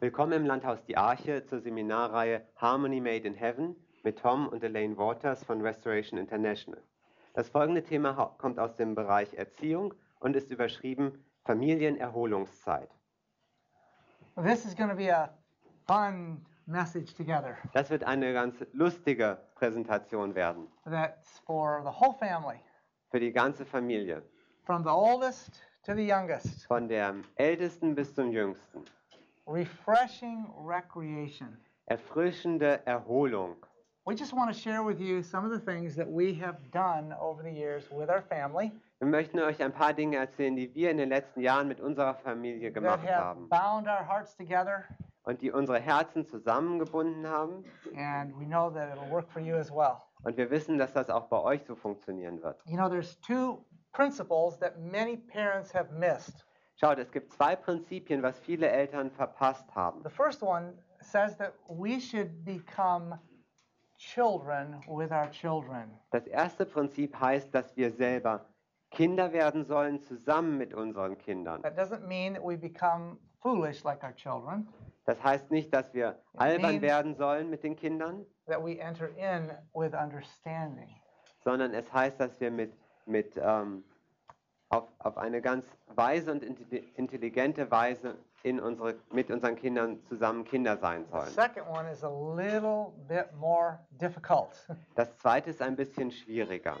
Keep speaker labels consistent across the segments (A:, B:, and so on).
A: Willkommen im Landhaus Die Arche zur Seminarreihe Harmony Made in Heaven mit Tom und Elaine Waters von Restoration International. Das folgende Thema hau- kommt aus dem Bereich Erziehung und ist überschrieben Familienerholungszeit.
B: This is going to be a fun message together
A: Das wird eine ganz lustige Präsentation werden
B: that's for the whole family,
A: für die ganze Familie,
B: from the oldest to the youngest.
A: von dem Ältesten bis zum Jüngsten.
B: Refreshing recreation.
A: Erfrischende Erholung.
B: We just want to share with you some of the things that we have done over the years with our family
A: Wir möchten euch ein paar Dinge erzählen, die wir in den letzten Jahren mit unserer Familie
B: that
A: gemacht
B: have
A: haben
B: bound our hearts together,
A: und die unsere Herzen zusammengebunden haben.
B: and we know that it'll work for you as well.
A: Und wir wissen, dass das auch bei euch so funktionieren wird.
B: You know, there's two principles that many parents have missed.
A: Schaut, es gibt zwei Prinzipien, was viele Eltern verpasst haben.
B: The first one says that we should become children with our children.
A: Das erste Prinzip heißt, dass wir selber Kinder werden sollen, zusammen mit unseren Kindern.
B: That doesn't mean that we become foolish like our children,
A: Das heißt nicht, dass wir albern werden sollen mit den Kindern,
B: that we enter in with understanding.
A: sondern es heißt, dass wir mit, mit, ähm, auf, auf eine ganz weise und intelli- intelligente Weise in unsere, mit unseren Kindern zusammen Kinder sein
B: The
A: sollen.
B: second one is a little bit more difficult.
A: Das zweite ist ein bisschen schwieriger.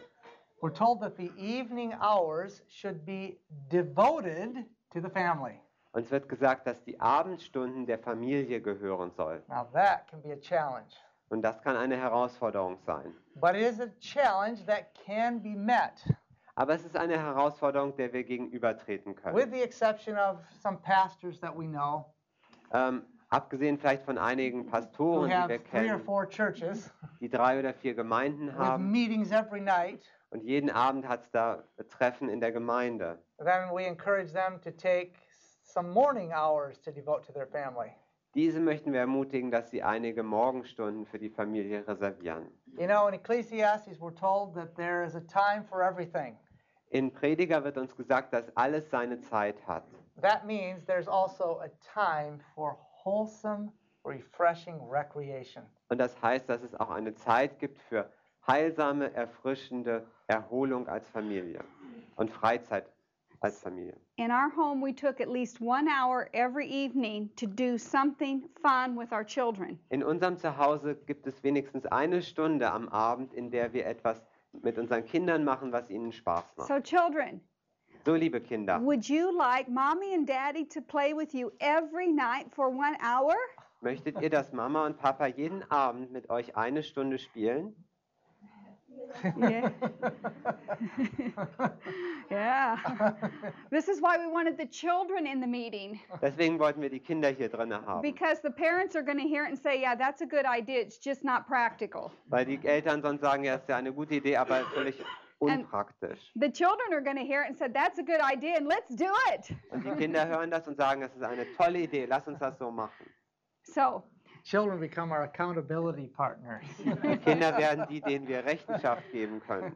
B: We're told that the evening hours should be devoted to the family.
A: Uns wird gesagt, dass die Abendstunden der Familie gehören soll.
B: Now, that can be a challenge,
A: Und das kann eine Herausforderung sein.
B: but it is a challenge that can be met,
A: Aber es ist eine Herausforderung, der wir gegenübertreten
B: with
A: können.
B: the exception of some pastors that we know
A: Ähm, abgesehen vielleicht von einigen
B: who
A: Pastoren, die
B: have
A: wir
B: three or
A: kennen,
B: four churches
A: die drei oder vier Gemeinden
B: with
A: haben.
B: meetings every night.
A: Und jeden Abend hat es da Treffen in der Gemeinde.
B: then we encourage them to take some morning hours to devote to their family.
A: Diese möchten wir ermutigen, dass sie einige Morgenstunden für die Familie reservieren.
B: You know, in Ecclesiastes, we're told that there is a time for everything.
A: In Prediger wird uns gesagt, dass alles seine Zeit hat.
B: That means there's also a time for wholesome, refreshing recreation.
A: Und das heißt, dass es auch eine Zeit gibt für heilsame, erfrischende Erholung als Familie und Freizeit als Familie.
C: In our home, we took at least one hour every evening to do something fun with our children.
A: In unserem Zuhause gibt es wenigstens eine Stunde am Abend, in der wir etwas mit unseren Kindern machen, was ihnen Spaß macht.
C: So, children,
A: So, liebe Kinder,
C: would you like mommy and daddy to play with you every night for one hour?
A: möchtet ihr, dass Mama und Papa jeden Abend mit euch eine Stunde spielen?
C: Yeah. yeah. This is why we wanted the children in the meeting
A: Deswegen wollten wir die Kinder hier drin haben,
C: because the parents are going to hear it and say, yeah, that's a good idea. It's just not practical.
A: weil die Eltern sonst sagen, ja, ist ja eine gute Idee, aber völlig unpraktisch.
C: The children are going to hear it and say, that's a good idea and let's do it.
A: Und die Kinder hören das und sagen, das ist eine tolle Idee, lass uns das so machen.
C: So,
B: Children become our accountability partners.
A: Die Kinder werden die, denen wir Rechenschaft geben können.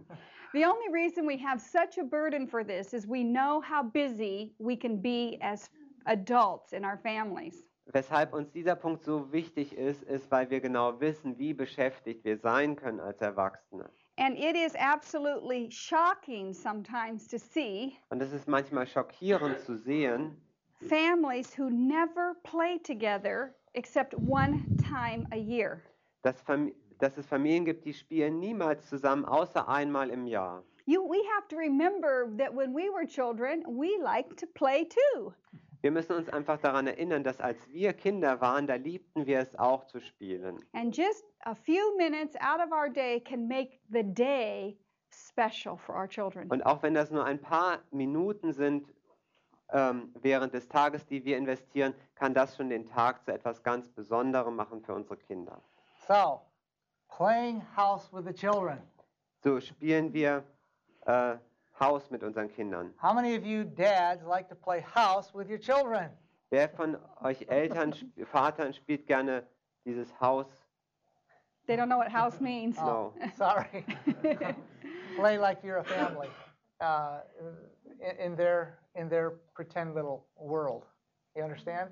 C: The only reason we have such a burden for this is we know how busy we can be as adults in our families.
A: Weshalb uns dieser Punkt so wichtig ist, ist, weil wir genau wissen, wie beschäftigt wir sein können als Erwachsene.
C: And it is absolutely shocking sometimes to see
A: Und es ist manchmal schockierend zu sehen,
C: families who never play together except one time a year.
A: dass, Fam dass es Familien gibt, die spielen niemals zusammen, außer einmal im Jahr.
C: You, we have to remember that when we were children, we liked to play too.
A: Wir müssen uns einfach daran erinnern, dass als wir Kinder waren, da liebten wir es auch zu spielen.
C: And just a few minutes out of our day can make the day special for our children.
A: Und auch wenn das nur ein paar Minuten sind ähm, während des Tages, die wir investieren, kann das schon den Tag zu etwas ganz Besonderem machen für unsere Kinder.
B: so, playing house with the children.
A: So spielen wir äh, Haus mit unseren Kindern.
B: How many of you dads like to play house with your children?
A: Wer von euch Eltern, sp- Vatern spielt gerne dieses Haus?
C: They don't know what house means.
B: Oh,
A: No.
B: sorry. Play like you're a family uh, in, in their in their pretend little world. You understand?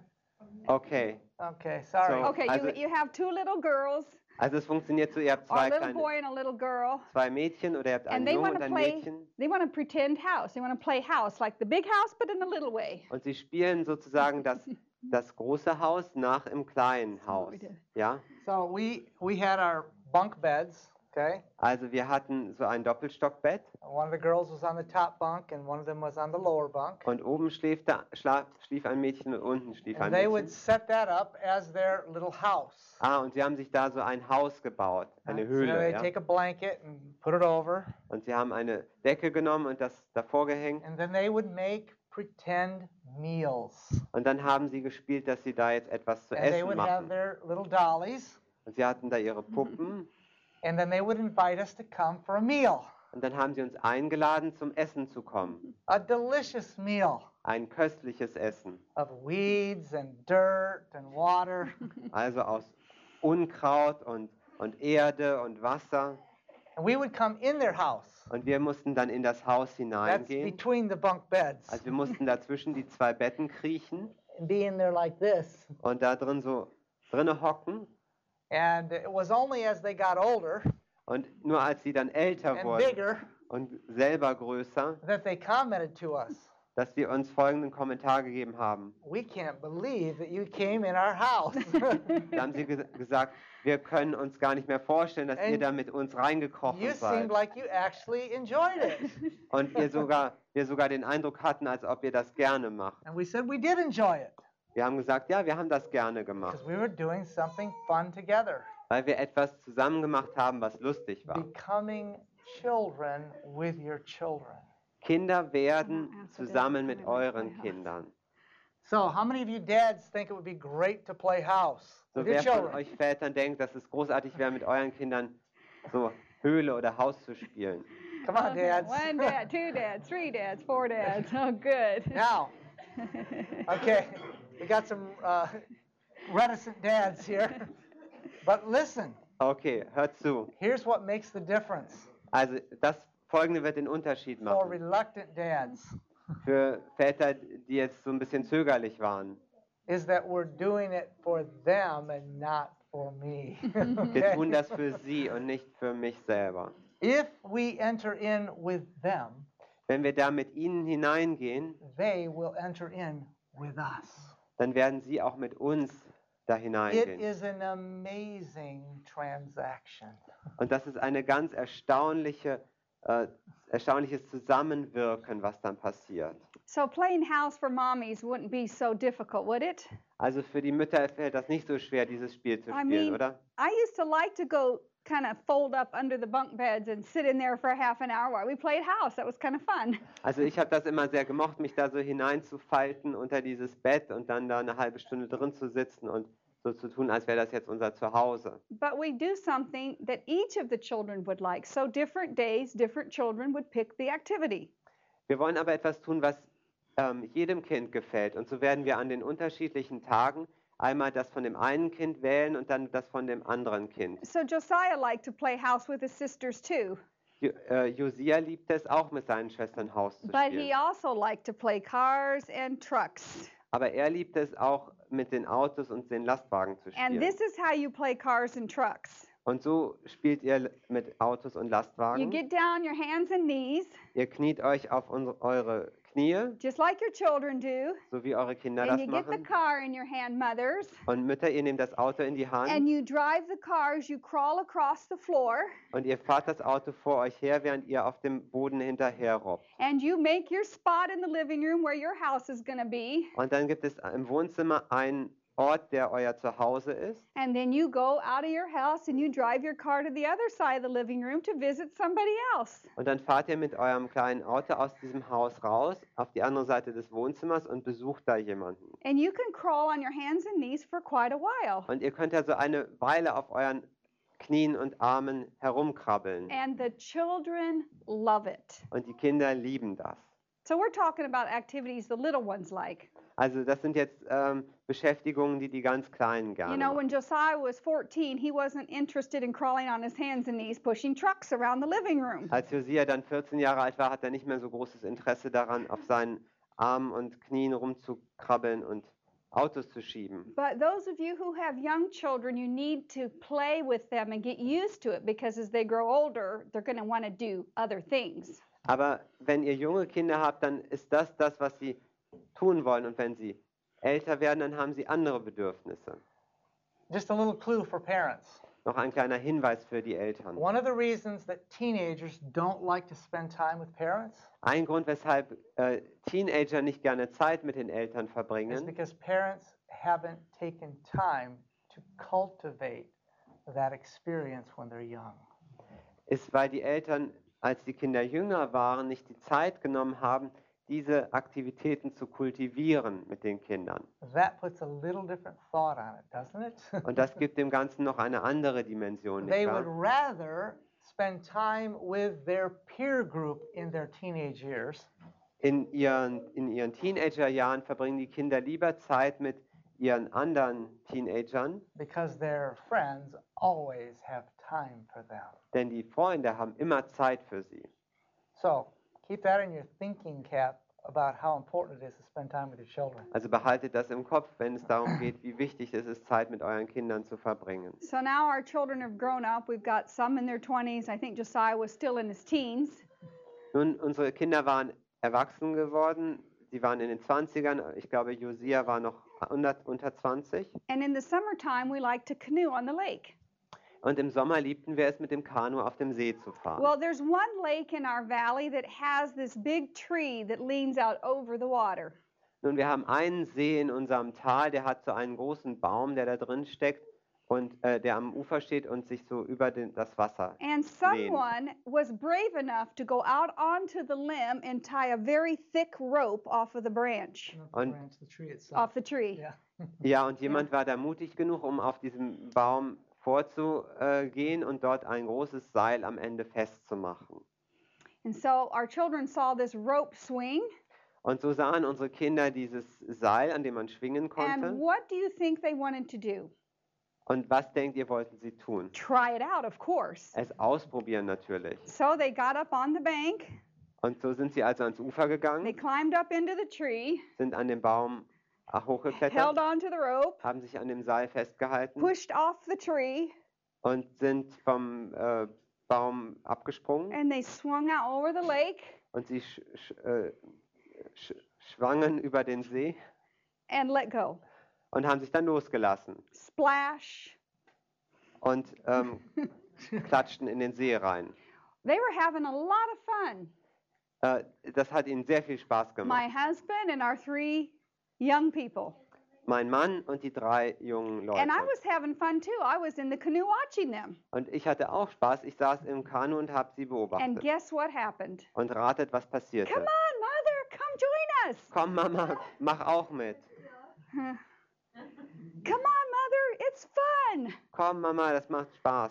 A: Okay,
B: Okay, sorry.
A: So-
C: Okay,
A: Also-
C: you, you have two little girls,
A: also es funktioniert so, ihr habt
C: or a
A: zwei,
C: little
A: kleine,
C: boy and a little girl,
A: zwei Mädchen oder ihr habt einen
C: and they
A: Jungen
C: want
A: und ein
C: to play.
A: Mädchen
C: They want to pretend house. They want to play house, like the big house, but in a little way.
A: und sie spielen sozusagen das, das große Haus nach im kleinen
C: So
A: Haus.
C: it is.
A: Ja,
B: So we, we had our bunk beds, okay?
A: also wir hatten so ein Doppelstockbett
B: One of the girls was on the top bunk and one of them was on the lower bunk.
A: und oben schlief, da, schla, schlief ein Mädchen und unten schlief ein
B: And they would
A: Mädchen.
B: set that up as their little house.
A: Ah, und sie haben sich da so ein Haus gebaut, eine
B: So
A: Höhle.
B: they
A: Ja?
B: take a blanket and put it over,
A: Und sie haben eine Decke genommen und das davor gehängt.
B: and then they would make pretend meals.
A: Und dann haben sie gespielt, dass sie da jetzt etwas zu
B: And they
A: essen
B: would have
A: machen.
B: their little dollies,
A: Und sie hatten da ihre Puppen.
B: and then they would invite us to come for a meal,
A: Und dann haben sie uns eingeladen, zum Essen zu kommen.
B: a delicious meal
A: Ein köstliches Essen.
B: of weeds and dirt and water.
A: Also aus Unkraut und, und Erde und Wasser.
B: and we would come in their house.
A: Und wir mussten dann in das Haus
B: That's
A: hineingehen.
B: between the bunk beds.
A: Also wir mussten dazwischen die zwei Betten kriechen
B: And be in there like this.
A: und da drin so drinne hocken.
B: And it was only as they got older
A: Und nur als sie dann älter
B: and
A: wurden
B: bigger
A: und selber größer,
B: that they commented to us.
A: dass sie uns folgenden Kommentar gegeben haben.
B: We can't believe that you came in our house.
A: Da haben sie ge gesagt, wir können uns gar nicht mehr vorstellen, dass ihr
B: And
A: da mit uns reingekrochen
B: you seemed
A: seid.
B: like you actually enjoyed it.
A: Und wir sogar, wir sogar den Eindruck hatten, als ob ihr das gerne macht.
B: And we said we did enjoy it
A: Wir haben gesagt, ja, wir haben das gerne gemacht,
B: because we were doing something fun together,
A: weil wir etwas zusammen gemacht haben, was lustig war.
B: becoming children with your children.
A: Kinder
C: Ja,
A: werden
C: also der
A: zusammen mit
C: Moment
A: euren
C: vorher.
A: Kindern.
B: So, how many of you dads think it would be great to play house
A: So
B: with your
A: wer von
B: children?
A: euch Vätern denkt, dass es großartig wäre, mit euren Kindern so Höhle oder Haus zu spielen.
B: Come on,
C: Okay,
B: dads.
C: One dad, two dads, three dads, four dads. Oh, good.
B: Now, okay, we got some uh, reticent dads here. But listen,
A: Okay, hört zu.
B: here's what makes the difference
A: Also das Folgende wird den Unterschied
B: for
A: machen.
B: reluctant dads
A: für Väter, die jetzt so ein bisschen zögerlich waren.
B: is that we're doing it for them and not for me.
A: Wir
B: okay?
A: tun das für sie und nicht für mich selber.
B: If we enter in with them,
A: Wenn wir da mit ihnen hineingehen,
B: they will enter in with us.
A: dann werden sie auch mit uns da
B: It
A: hineingehen.
B: is an amazing transaction.
A: Und das ist eine ganz erstaunliche, äh, erstaunliches Zusammenwirken, was dann passiert.
C: So playing house for mommies wouldn't be so difficult, would it?
A: Also für die Mütter fällt das nicht so schwer, dieses Spiel zu
C: I
A: spielen,
C: mean-
A: oder?
C: I used to like to go kind of fold up under the bunk beds and sit in there for half an hour while we played house. That was kind of fun.
A: Also ich habe das immer sehr gemocht, mich da so hineinzufalten unter dieses Bett und dann da eine halbe Stunde drin zu sitzen und so zu tun, als wäre das jetzt unser Zuhause.
C: But we do something that each of the children would like. So different days, different children would pick the activity.
A: Wir wollen aber etwas tun, was ähm, jedem Kind gefällt. Und so werden wir an den unterschiedlichen Tagen einmal das von dem einen Kind wählen und dann das von dem anderen Kind.
C: So Josiah liked to play house with his sisters too,
A: Jo äh, Josia liebt es auch, mit seinen Schwestern Haus zu
C: but he
A: spielen.
C: also liked to play cars and trucks.
A: Aber er liebt es auch, mit den Autos und den Lastwagen zu
C: And
A: spielen.
C: this is how you play cars and trucks.
A: Und so spielt ihr l- mit Autos und
C: You
A: Lastwagen.
C: get down your hands and knees,
A: Ihr kniet euch auf unsere, eure Knie,
C: just like your children do,
A: so wie eure Kinder
C: and
A: das
C: you get the
A: machen.
C: car in your hand, mothers,
A: Und Mütter, ihr nehmt das Auto in die Hand
C: and you drive the cars, you crawl across the floor,
A: und ihr fahrt das Auto vor euch her, während ihr auf dem Boden hinterher robbt.
C: and you make your spot in the living room where your house is going to be,
A: Und dann gibt es im Wohnzimmer einen Ort, der euer Zuhause ist.
C: and then you go out of your house and you drive your car to the other side of the living room to visit somebody else.
A: Und dann fahrt ihr mit eurem kleinen Auto aus diesem Haus raus, auf die andere Seite des Wohnzimmers und besucht da jemanden.
C: And you can crawl on your hands and knees for quite a while.
A: Und ihr könnt ja so eine Weile auf euren Knien und Armen herumkrabbeln.
C: And the children love it.
A: Und die Kinder lieben das.
C: So we're talking about activities the little ones like.
A: Also das sind jetzt ähm, Beschäftigungen, die die ganz Kleinen gerne
C: You know,
A: machen.
C: when Josiah was 14, he wasn't interested in crawling on his hands and knees pushing trucks around the living room.
A: Als Josia dann 14 Jahre alt war, hat er nicht mehr so großes Interesse daran, auf seinen Armen und Knien rumzukrabbeln und Autos zu schieben.
C: But those of you who have young children, you need to play with them and get used to it because as they grow older, they're going to want to do other things.
A: Aber wenn ihr junge Kinder habt, dann ist das das, was sie tun wollen. Und wenn sie älter werden, dann haben sie andere Bedürfnisse.
B: Just a little clue for parents.
A: Noch ein kleiner Hinweis für die Eltern.
B: One of the reasons that teenagers don't like to spend time with parents
A: Ein Grund, weshalb äh, Teenager nicht gerne Zeit mit den Eltern
B: is
A: verbringen,
B: because parents haven't taken time to cultivate that experience when they're young.
A: ist, weil die Eltern, als die Kinder jünger waren, nicht die Zeit genommen haben, diese Aktivitäten zu kultivieren mit den Kindern.
B: That puts a little different thought on it, doesn't it?
A: Und das gibt dem Ganzen noch eine andere Dimension. Nicht
B: they would
A: wahr?
B: rather spend time with their peer group in their teenage years
A: In ihren, in ihren Teenagerjahren verbringen die Kinder lieber Zeit mit ihren anderen Teenagern,
B: because their friends always have time for them.
A: denn die Freunde haben immer Zeit für sie.
B: So keep that in your thinking cap about how important it is to spend time with your children.
A: Also behaltet das im Kopf, wenn es darum geht, wie wichtig es ist, Zeit mit euren Kindern zu verbringen.
C: So now our children have grown up. We've got some in their 20s. I think Josiah was still in his teens.
A: Nun, unsere Kinder waren erwachsen geworden. Sie waren in den 20ern. Ich glaube, Josia war noch unter, unter 20.
C: And in the summertime, we like to canoe on the lake.
A: Und im Sommer liebten wir es, mit dem Kanu auf dem See zu fahren.
C: Well, there's one lake in our valley that has this big tree that leans out over the water.
A: Nun, wir haben einen See in unserem Tal, der hat so einen großen Baum, der da drin steckt und äh, der am Ufer steht und sich so über den, das Wasser.
C: And someone was brave enough to go out onto the limb and tie a very thick rope off of the branch,
B: Not
A: On-
B: branch, the tree itself.
C: off the tree.
B: Yeah.
A: Ja, und jemand war da mutig genug, um auf diesem Baum vorzugehen und dort ein großes Seil am Ende festzumachen.
C: And so our children saw this rope swing.
A: Und so sahen unsere Kinder dieses Seil, an dem man schwingen
C: And
A: konnte.
C: what do you think they wanted to do?
A: Und was denkt ihr, wollten sie tun?
C: Try it out, of course.
A: Es ausprobieren natürlich.
C: So they got up on the bank,
A: Und so sind sie also ans Ufer
C: they
A: gegangen,
C: climbed up into the tree,
A: sind an den Baum äh,
C: held
A: hochgeklettert,
C: onto the rope,
A: haben sich an dem Seil festgehalten.
C: pushed off the tree,
A: und sind vom äh, Baum abgesprungen
C: and they swung out over the lake.
A: und sie sch sch äh, sch schwangen über den See
C: And let go.
A: und haben sich dann losgelassen
C: Splash.
A: und ähm, klatschten in den See rein.
C: They were having a lot of fun.
A: Äh, das hat ihnen sehr viel Spaß
C: My
A: gemacht.
C: husband and our three young people.
A: Mein Mann und die drei jungen Leute.
C: And I was having Oh, fun too. I was in the canoe watching them.
A: Und ich hatte auch Spaß. Ich saß im Kanu und habe sie
C: And
A: beobachtet.
C: guess what happened?
A: Und ratet, was passierte.
C: Come on, mother, come join us.
A: Komm, Mama, mach auch mit.
C: Come on, mother, it's fun.
A: Komm, Mama, das macht Spaß.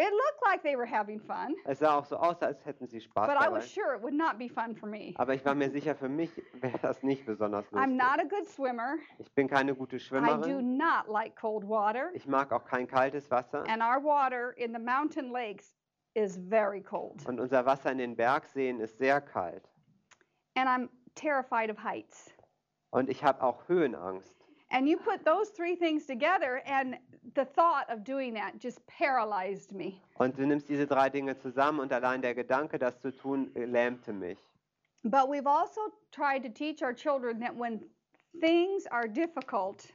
C: It looked like they were having fun,
A: Es sah auch so aus, als hätten sie Spaß
C: but I
A: dabei.
C: was sure it would not be fun for me.
A: Aber ich war mir sicher, für mich wäre das nicht besonders lustig.
C: I'm not a good swimmer.
A: Ich bin keine gute
C: I do
A: Schwimmerin.
C: not like cold water.
A: Ich mag auch kein kaltes Wasser.
C: And our water in the mountain lakes is very cold.
A: Und unser Wasser in den Bergseen ist sehr kalt.
C: And I'm terrified of heights.
A: Und ich habe auch Höhenangst.
C: And you put those three things together, and the thought of doing that just paralyzed me.
A: Und du nimmst diese drei Dinge zusammen und allein der Gedanke, das zu tun, äh, lähmte mich.
C: But we've also tried to teach our children that when things are difficult,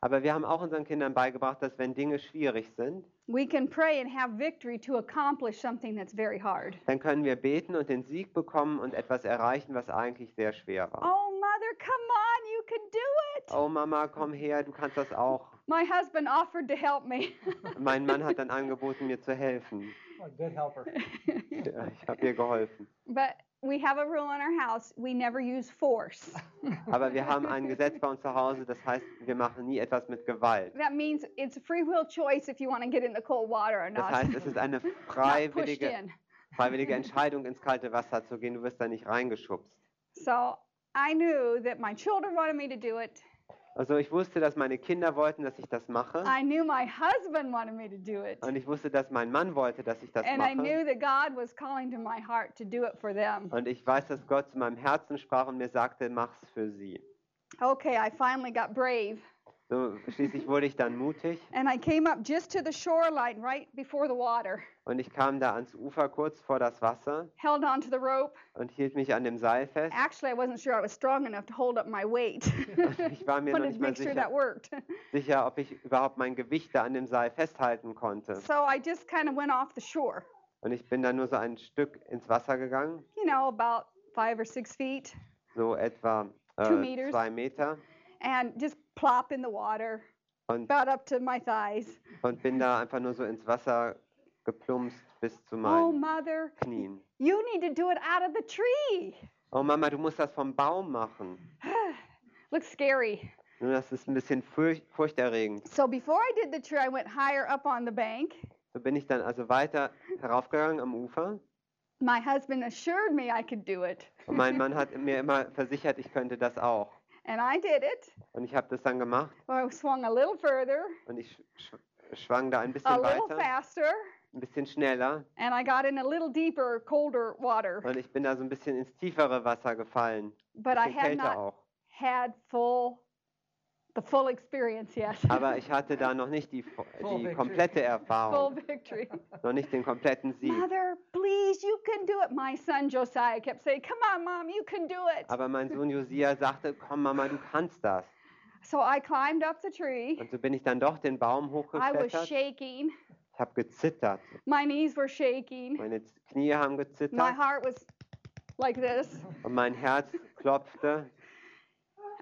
A: Aber wir haben auch unseren Kindern beigebracht, dass wenn Dinge schwierig sind,
C: we can pray and have victory to accomplish something that's very hard.
A: dann können wir beten und den Sieg bekommen und etwas erreichen, was eigentlich sehr schwer war.
C: Oh, mother, come on, you can do it.
A: Oh Mama, komm her, du kannst das auch.
C: My husband offered to help me.
A: Mein Mann hat dann angeboten, mir zu helfen.
B: What a good helper.
A: Ja, Ich habe ihr geholfen.
C: but we have a rule in our house we never use force.
A: Aber wir haben ein Gesetz bei uns zu Hause, das heißt, wir machen nie etwas mit Gewalt.
C: That means it's a free will choice if you want to get in the cold water or
A: Das
C: not.
A: heißt, es ist eine
C: Not pushed
A: freiwillige,
C: in.
A: freiwillige Entscheidung, ins kalte Wasser zu gehen. Du wirst da nicht reingeschubst.
C: So I knew that my children wanted me to do it.
A: Also ich wusste, dass meine Kinder wollten, dass ich das mache.
C: I knew my husband wanted me to do it.
A: Und ich wusste, dass mein Mann wollte, dass ich das
C: And I
A: mache.
C: knew that God was calling to my heart to do it for them.
A: Und ich weiß, dass Gott zu meinem Herzen sprach und mir sagte, mach's für sie.
C: Okay, I finally got brave.
A: So, schließlich wurde ich dann mutig
C: And I came up just to the shoreline right before the water,
A: und ich kam da ans Ufer kurz vor das Wasser
C: held onto the rope.
A: und hielt mich an dem Seil fest.
C: Actually, I wasn't sure I was strong enough to hold up my weight.
A: Ich war mir noch
C: Wanted
A: nicht
C: to
A: mal
C: make sure that
A: sicher,
C: worked.
A: sicher, ob ich überhaupt mein Gewicht da an dem Seil festhalten konnte.
C: So I just kind of went off the shore,
A: Und ich bin dann nur so ein Stück ins Wasser gegangen,
C: you know, about five or six feet,
A: so etwa
C: Two
A: äh,
C: meters.
A: zwei Meter,
C: and just plop in the water,
A: Und-
C: about up to my thighs.
A: und bin da einfach nur so ins Wasser geplumpst bis zu
C: Oh,
A: meinen
C: mother,
A: Knien.
C: you need to do it out of the tree.
A: Oh Mama, du musst das vom Baum machen.
C: Looks scary.
A: Nun, das ist ein bisschen furch furchterregend.
C: So before I did the tree, I went higher up on the bank.
A: So bin ich dann also weiter heraufgegangen am Ufer
C: My husband assured me I could do it,
A: und mein Mann hat mir immer versichert, ich könnte das auch.
C: and I did it.
A: Und ich habe das dann gemacht
C: I swung a little further,
A: und ich sch sch- schwang da ein
C: a
A: bisschen
C: little
A: weiter,
C: faster,
A: ein bisschen schneller
C: and I got in a little deeper, colder water.
A: und ich bin da so ein bisschen ins tiefere Wasser gefallen.
C: But I
A: bisschen
C: had
A: Kälte
C: not
A: auch.
C: had full the full experience yet.
A: Aber ich hatte da noch nicht die, vo-
B: Full
A: die
B: victory.
A: komplette
C: full
A: Erfahrung,
C: victory.
A: noch nicht den kompletten Sieg.
C: Mother, please, you can do it. My son Josiah kept saying, "Come on, mom, you can do it."
A: Aber mein Sohn Josia sagte, komm Mama, du kannst das.
C: So I climbed up the tree.
A: Und so bin ich dann doch den Baum
C: I was
A: hochgeklettert.
C: shaking.
A: Ich habe gezittert.
C: My knees were shaking.
A: Meine Z- Knie haben
C: My
A: gezittert
C: heart was like this.
A: und mein Herz klopfte.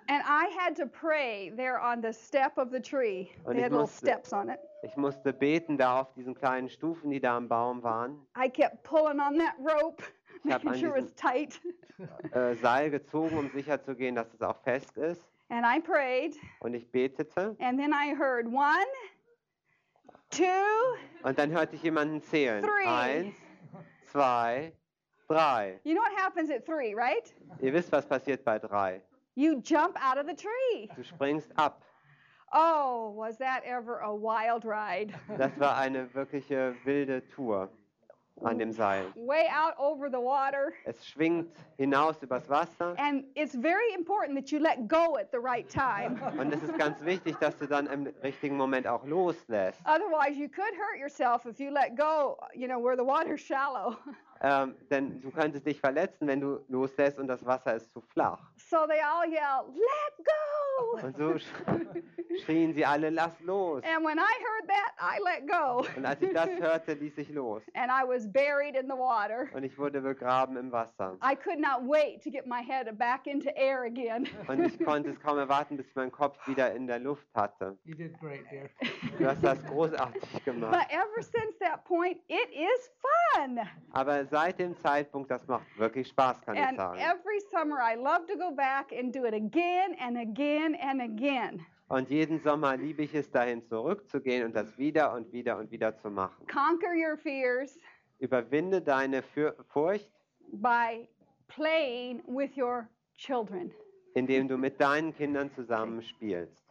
C: And I had to pray there on the step of the tree.
A: Und
C: They
A: ich
C: had little
A: musste-
C: steps on it.
A: Ich musste beten da auf diesen kleinen Stufen, die da am Baum waren.
C: I kept pulling on that rope,
A: Ich hab
C: making
A: an
C: sure it
A: diesen-
C: was tight.
A: Äh, Seil gezogen, um sicherzugehen, dass es auch fest ist.
C: And I prayed.
A: Und ich betete.
C: And then I heard one, two.
A: Und dann hörte ich jemanden zählen.
C: Three.
A: Eins, zwei, drei.
C: You know what happens at three, right?
A: Ihr wisst, was passiert bei drei.
C: You jump out of the tree.
A: Du springst ab.
C: Oh, was that ever a wild ride?
A: Das war eine wirkliche wilde Tour an dem Seil.
C: Way out over the water.
A: Es schwingt hinaus übers Wasser.
C: And it's very important that you let go at the right time.
A: Und es ist ganz wichtig, dass du dann im richtigen Moment auch loslässt.
C: Otherwise, you could hurt yourself if you let go, you know, where the water's shallow.
A: Ähm, denn du könntest dich verletzen, wenn du loslässt und das Wasser ist zu flach.
C: So they all yell, let go!
A: Und so sch- schrien sie alle, lass los.
C: And when I heard that, I let go.
A: Und als ich das hörte, ließ ich los.
C: and I was buried in the water.
A: Und ich wurde begraben im Wasser.
C: I could not wait to get my head back into air again.
A: Und ich konnte es kaum erwarten, bis ich meinen Kopf wieder in der Luft hatte.
B: You did great, dear.
A: Du hast das großartig
C: But
A: gemacht.
C: ever since that point, it is fun.
A: Aber seit dem Zeitpunkt, das macht wirklich Spaß, kann ich
C: And
A: sagen.
C: every summer, I love to go back and do it again and again and again.
A: Und jeden Sommer liebe ich es, dahin zurückzugehen und das wieder und wieder und wieder zu machen.
C: Conquer your fears
A: Überwinde deine Für Furcht,
C: by playing with your children.
A: indem du mit deinen Kindern zusammen spielst.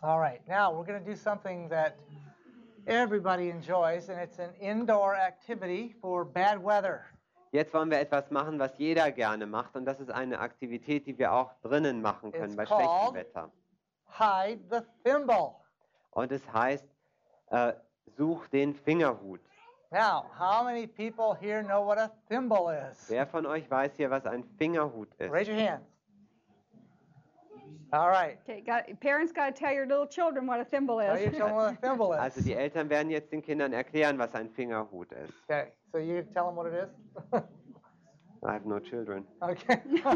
B: All right, now we're going to do something that everybody enjoys, and it's an indoor activity for bad weather.
A: Jetzt wollen wir etwas machen, was jeder gerne macht. Und das ist eine Aktivität, die wir auch drinnen machen können
B: It's
A: bei schlechtem
B: called-
A: Wetter.
B: Hide the thimble.
A: Und es heißt, äh, such den Fingerhut.
B: Now, how many people here know what a thimble is?
A: Wer von euch weiß hier, was ein Fingerhut ist?
B: Raise your hands. All right.
C: Okay, got, parents got to tell your little children what a thimble
B: Tell your
C: is.
B: children what a thimble is.
A: Also die Eltern werden jetzt den Kindern erklären, was ein Fingerhut ist.
B: Okay, so you tell them what it is?
A: I have no children.
B: okay.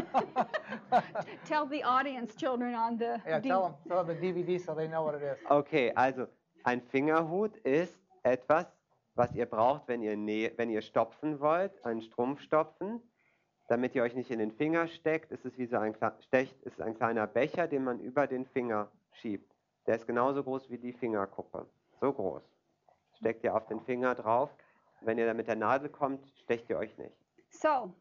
C: Tell the audience, children on the
B: yeah,
C: D-
B: tell them. Tell them the DVD so they know what it is.
A: Okay, also ein Fingerhut ist etwas, was ihr braucht, wenn ihr, nä- wenn ihr stopfen wollt, einen Strumpf stopfen. Damit ihr euch nicht in den Finger steckt, ist es wie so ein, kle- stecht, ist ein kleiner Becher, den man über den Finger schiebt. Der ist genauso groß wie die Fingerkuppe. So groß. Steckt ihr auf den Finger drauf. Wenn ihr da mit der Nadel kommt, stecht ihr euch nicht.
C: So,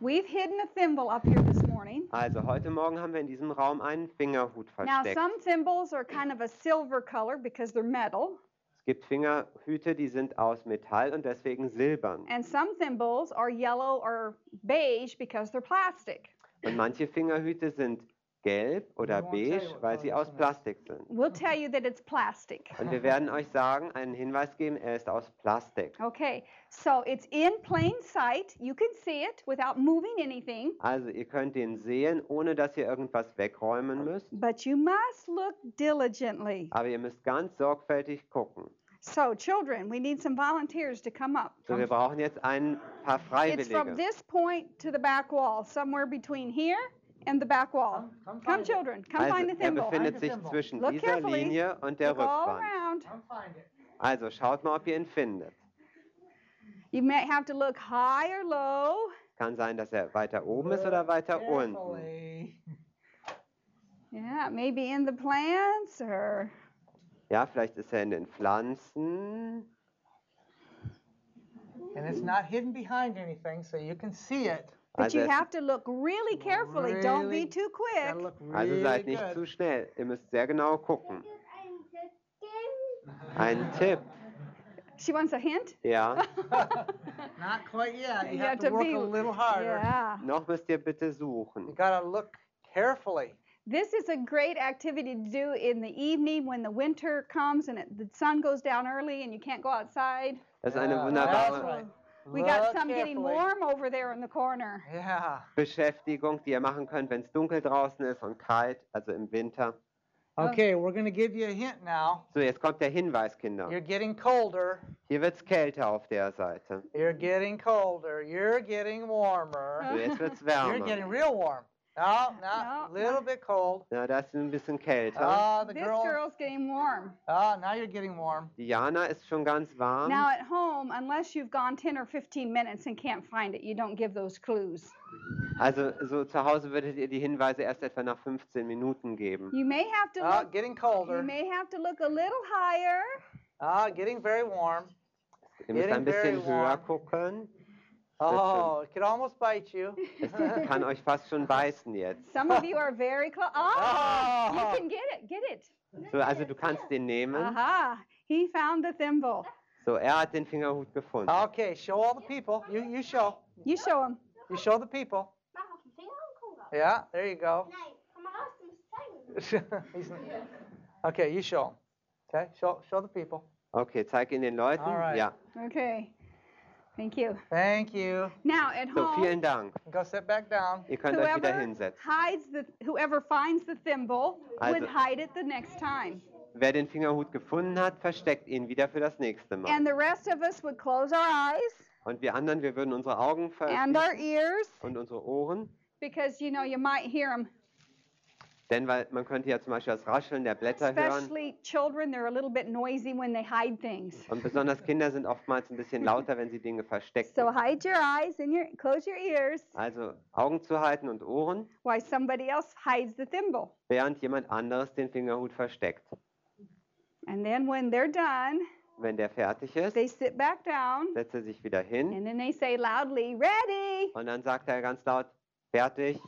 C: we've hidden a thimble up here this morning.
A: Also heute Morgen haben wir in diesem Raum einen Fingerhut
B: Oh,
C: Now,
A: versteckt.
C: some thimbles are kind of a silver color because they're metal,
A: Es gibt Fingerhüte, die sind aus Metall und deswegen silbern.
C: and some thimbles are yellow or beige because they're plastic.
A: Und manche Fingerhüte sind gelb oder
B: We won't tell you
A: beige,
B: what
A: weil
B: color
A: sie
B: this
A: aus
B: one is.
A: Plastik sind.
B: Oh.
C: We'll tell you that it's plastic.
A: Und wir werden euch sagen, einen Hinweis geben, er ist aus Plastik.
C: Okay, so it's in plain sight. You can see it without moving anything,
A: Also ihr könnt den sehen, ohne dass ihr irgendwas wegräumen müsst.
C: but you must look diligently.
A: Aber ihr müsst ganz sorgfältig gucken.
C: So, children, we need some volunteers to come up.
A: So, wir brauchen jetzt ein paar
C: It's
A: Freiwillige.
C: from this point to the back wall, somewhere between here and the back wall.
B: Come- come
C: Come,
B: find it.
C: children, come
A: Also
C: find the
A: er
C: thimble.
A: befindet
B: Find the
A: sich
B: thimble.
A: zwischen
C: Look
A: dieser
C: carefully.
A: Linie und der
C: Look all
A: Rückwand.
C: around.
B: Come find it.
A: Also schaut mal, ob ihr ihn findet.
C: You may have to look high or low.
A: Kann sein, dass er weiter oben ist oder weiter unten.
B: Carefully.
C: Yeah, maybe in the plants or
A: Ja, vielleicht ist er in den Pflanzen.
B: And it's not hidden behind anything, so you can see it.
C: but
A: Also,
C: you
A: es,
C: have to look really carefully. Don't be
B: Really
C: too quick.
B: Gotta look
A: also
B: really
A: seid nicht zu
B: good.
A: schnell. Ihr müsst sehr genau gucken. Ein Tipp,
C: She wants a hint?
A: ja.
B: Not quite yet.
C: You
B: You have
C: have
B: to
C: to
B: work
C: be-
B: a little harder.
C: Yeah.
A: Noch müsst ihr bitte
B: You
A: suchen.
B: gotta look carefully.
C: This is a great activity to do in the evening when the winter comes and it, the sun goes down early and you can't go outside.
A: Das ist eine
B: Yeah, that's
A: wunderbare
B: right.
C: We got
B: Look
C: some getting
B: carefully.
C: warm over there in the corner.
B: Yeah.
A: Beschäftigung, die ihr machen könnt, wenn es dunkel draußen ist und kalt, also im Winter.
C: Oh.
B: Okay, we're gonna give you a hint now.
A: So, jetzt kommt der Hinweis, Kinder.
B: You're getting colder.
A: Hier wird es kälter auf der Seite.
B: You're getting colder. You're getting warmer.
A: So, jetzt wird es
B: You're getting
A: wärmer.
B: real warm. No, no,
C: No,
B: little bit cold.
A: Na, da ist ein bisschen kälter.
B: Oh, the
C: this
B: girl.
C: girl's getting warm.
B: Oh, now you're getting warm.
A: Diana ist schon ganz
B: Um.
A: warm.
C: Now at home, unless you've gone 10 or 15 minutes and can't find it, you don't give those clues.
A: Also so zu Hause würdet ihr die Hinweise erst etwa nach 15 Minuten geben.
C: You may have to
B: Oh,
C: look.
B: getting
C: You
B: colder.
C: may have to look a little higher.
B: Ah, getting very warm.
A: Ihr müsst ein
B: Getting very
A: bisschen höher
B: warm.
A: gucken.
B: Oh, it could almost bite you.
A: Es kann euch fast schon beißen jetzt.
C: Some of you are very close. Oh,
B: Oh.
C: you can get it. Get it.
A: So, also du kannst den nehmen.
C: Aha. He found the thimble.
A: So, er hat den Fingerhut gefunden.
C: Ah.
B: Okay, show all the people. You you show.
C: You show him.
B: You show the people. Yeah, there you go.
D: Nein, komm mal raus zum Zeigen.
B: He's- okay, you show 'em. Okay, show show the people.
A: Okay, zeig ihn den Leuten.
B: Alright.
A: Ja.
C: Okay. Thank you.
B: Thank you.
C: Now at
A: So,
C: home,
A: vielen Dank.
B: Go sit back down.
A: Ihr könnt euch wieder
C: Oh. whoever
A: hinsetzen.
C: hides the whoever finds the thimble would
A: Also-
C: hide it the next time.
A: Wer den Fingerhut gefunden hat, versteckt ihn wieder für das nächste Mal.
C: And the rest of us would close our eyes
A: Und wir anderen, wir würden unsere Augen
C: and
A: ver
C: our ears
A: und unsere Ohren,
C: because you know you might hear them.
A: denn weil man könnte ja zum Beispiel das Rascheln der Blätter hören.
C: Especially children, they're a little bit noisy when they hide things.
A: Und besonders Kinder sind oftmals ein bisschen lauter, wenn sie Dinge verstecken.
C: So hide your eyes and your close your ears
A: Also Augen zu halten und Ohren,
C: while somebody else hides the thimble.
A: während jemand anderes den Fingerhut versteckt.
C: And then when they're done,
A: Wenn der fertig ist,
C: they sit back down
A: setzt er sich wieder hin
C: and then they say loudly, "Ready!"
A: und dann sagt er ganz laut, fertig.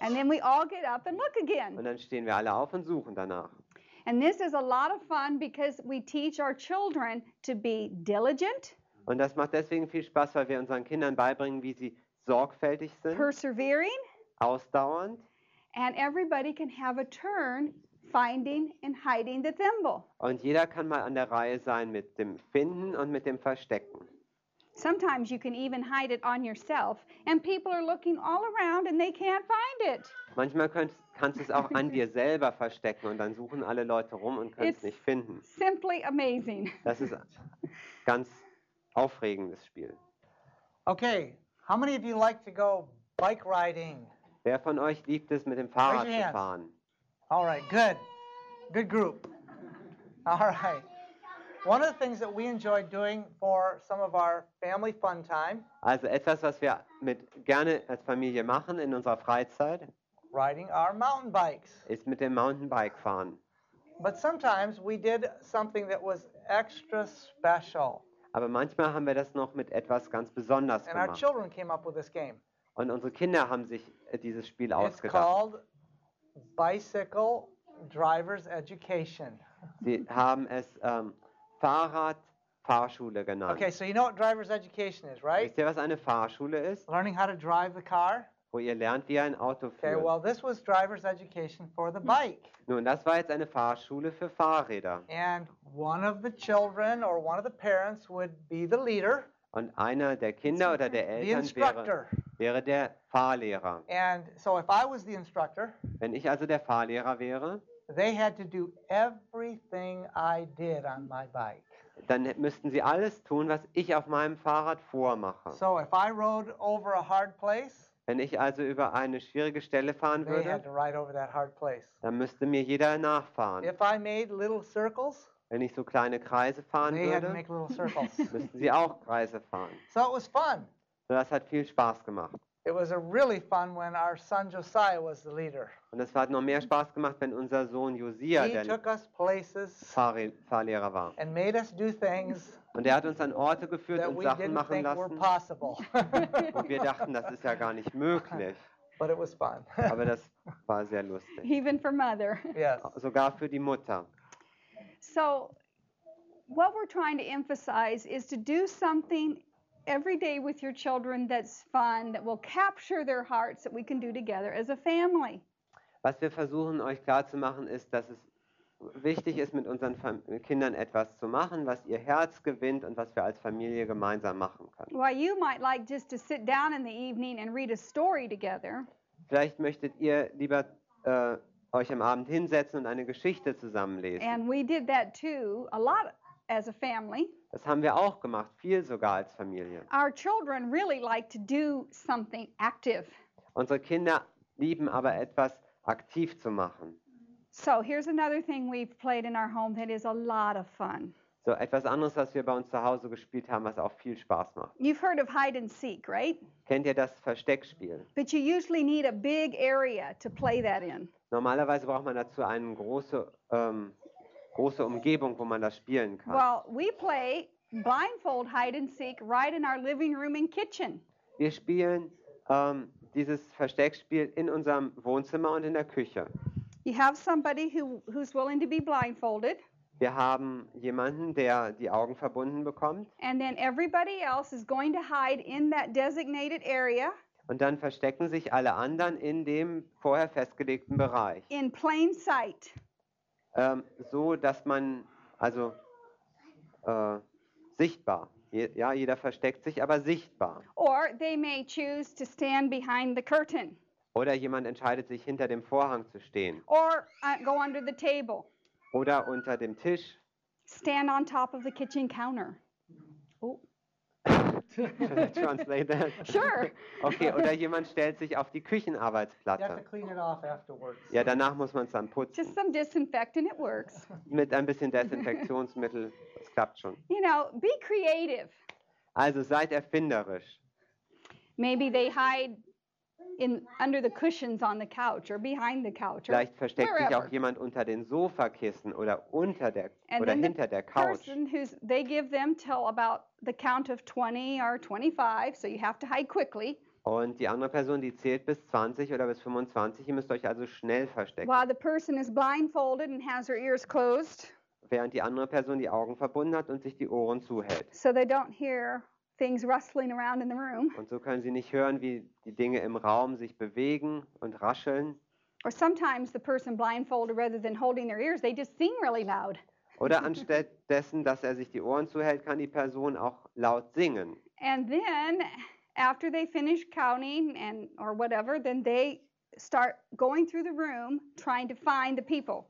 C: And then we all get up and look
A: Und
C: again.
A: dann stehen wir alle auf und suchen danach.
C: And this is a lot of fun because we teach our children to be diligent,
A: Und das macht deswegen viel Spaß, weil wir unseren Kindern beibringen, wie sie sorgfältig sind,
C: persevering,
A: ausdauernd
C: and everybody can have a turn finding and hiding the thimble.
A: und jeder kann mal an der Reihe sein mit dem Finden und mit dem Verstecken.
C: Sometimes you can even hide it on yourself, and people are looking all around and they can't find it.
A: Manchmal könnt, kannst du es auch an dir selber verstecken und dann suchen alle Leute rum und können es
C: It's-
A: nicht finden.
C: Simply amazing.
A: Das ist ganz aufregendes Spiel.
B: Okay, how many of you like to go bike riding?
A: Wer von euch liebt es, mit dem Fahrrad
B: Raise your
A: zu
B: hands.
A: fahren?
B: All right, good. Good group. All right. One of the things that we enjoy doing for some of our family fun time,
A: Also etwas, was wir mit, gerne als Familie machen in unserer Freizeit,
B: riding our mountain bikes.
A: ist mit dem Mountainbike fahren.
B: But sometimes we did something that was extra special.
A: Aber manchmal haben wir das noch mit etwas ganz Besonders
B: And our
A: gemacht.
B: children came up with this game.
A: Und unsere Kinder haben sich äh, dieses Spiel
B: It's
A: ausgedacht.
B: called Bicycle Driver's Education.
A: Sie haben es ähm, Fahrrad-Fahrschule genannt.
B: Okay, so you know what driver's education is, right?
A: Wisst ihr, was eine Fahrschule ist?
B: Learning how to drive the car.
A: wo ihr lernt, wie ihr ein Auto
B: Okay,
A: führt.
B: well, this was driver's education for the bike.
A: Nun, das war jetzt eine Fahrschule für Fahrräder.
B: And one of the children or one of the parents would be the leader,
A: Und einer der Kinder oder der
B: the
A: Eltern wäre,
B: instructor.
A: wäre der Fahrlehrer.
B: And so if I was the instructor,
A: Wenn ich also der Fahrlehrer wäre,
B: they had to do everything I did on my bike.
A: dann müssten sie alles tun, was ich auf meinem Fahrrad vormache.
B: So if I rode over a hard place,
A: Wenn ich also über eine schwierige Stelle fahren
B: they had to
A: würde,
B: ride over that hard place.
A: dann müsste mir jeder nachfahren.
B: If I made little circles,
A: Wenn ich so kleine Kreise fahren
B: they had to
A: würde,
B: make little circles.
A: müssten sie auch Kreise fahren.
B: so it was fun.
A: So, Das hat viel Spaß gemacht.
B: It was a really fun when our son Josiah was the leader.
A: Und es hat noch mehr Spaß gemacht, wenn unser Sohn Josia
B: he
A: der
B: took us places
A: Fahrre- Fahrlehrer war.
B: and made us do things
A: Und er hat uns an Orte geführt
B: that
A: und
B: we
A: Sachen
B: didn't
A: machen
B: think were
A: lassen,
B: possible.
A: wo wir dachten, das ist ja gar nicht möglich.
B: but it was fun.
A: Aber das war sehr lustig.
C: even for mother.
B: yes.
A: Sogar für die Mutter.
C: So, what we're trying to emphasize is to do something every day with your children that's fun, that will capture their hearts, that we can do together as a family.
A: Was wir versuchen euch klarzumachen, ist, dass es wichtig ist, mit unseren Fam Kindern etwas zu machen, was ihr Herz gewinnt und was wir als Familie gemeinsam machen können.
C: While you might like just to sit down in the evening and read a story together,
A: Vielleicht möchtet ihr lieber äh, euch am Abend hinsetzen und eine Geschichte zusammenlesen.
C: and we did that too a lot as a family.
A: Das haben wir auch gemacht, viel sogar als Familie.
C: Our children really like to do something active.
A: Unsere Kinder lieben aber etwas aktiv zu machen.
C: So, here's another thing we've played in our home that is a lot of fun.
A: So etwas anderes, was wir bei uns zu Hause gespielt haben, was auch viel Spaß macht.
C: You've heard of hide and seek, right?
A: Kennt ihr das Versteckspiel?
C: But you usually need a big area to play that in.
A: Normalerweise braucht man dazu eine große, ähm, große Umgebung, wo man das spielen kann.
C: Well, we play blindfold hide and seek right in our living room and kitchen.
A: Wir spielen ähm, dieses Versteckspiel in unserem Wohnzimmer und in der Küche.
C: You have somebody who, who's willing to be blindfolded,
A: Wir haben jemanden, der die Augen verbunden bekommt
C: and then everybody else is going to hide in that designated area
A: und dann verstecken sich alle anderen in dem vorher festgelegten Bereich,
C: in plain sight.
A: ähm, so dass man also äh, sichtbar, je, ja, jeder versteckt sich, aber sichtbar.
C: Or they may choose to stand behind the curtain
A: Oder jemand entscheidet sich hinter dem Vorhang zu stehen
C: or uh, go under the table,
A: oder unter dem Tisch.
C: stand on top of the kitchen counter.
A: Should I translate that?
C: Sure.
A: Okay, oder jemand stellt sich auf die
B: You have to
A: Küchenarbeitsplatte.
B: clean it off afterwards.
A: Ja, danach muss man es dann putzen.
C: Just some disinfectant, it works.
A: Mit ein bisschen Desinfektionsmittel. Das klappt schon.
C: You know, be creative.
A: Also seid erfinderisch.
C: Maybe they hide in under the cushions on the couch or behind the couch. Or,
A: Vielleicht versteckt sich auch
C: Wherever.
A: jemand unter den Sofakissen oder unter der
C: and
A: oder
C: then
A: hinter
C: the
A: der Couch.
C: person who's they give them till about the count of 20 or 25, so you have to hide quickly
A: Und die andere Person, die zählt bis 20 oder bis 25. Ihr müsst euch also schnell verstecken.
C: while the person is blindfolded and has her ears closed
A: Während die andere Person die Augen verbunden hat und sich die Ohren zuhält.
C: so they don't hear things rustling around in the room.
A: Und so können sie nicht hören, wie die Dinge im Raum sich bewegen und rascheln.
C: Or sometimes the person blindfolded rather than holding their ears, they just sing really loud.
A: Oder anstatt dessen, dass er sich die Ohren zuhält, kann die Person auch laut singen.
C: And then after they finish counting and or whatever, then they start going through the room trying to find the people.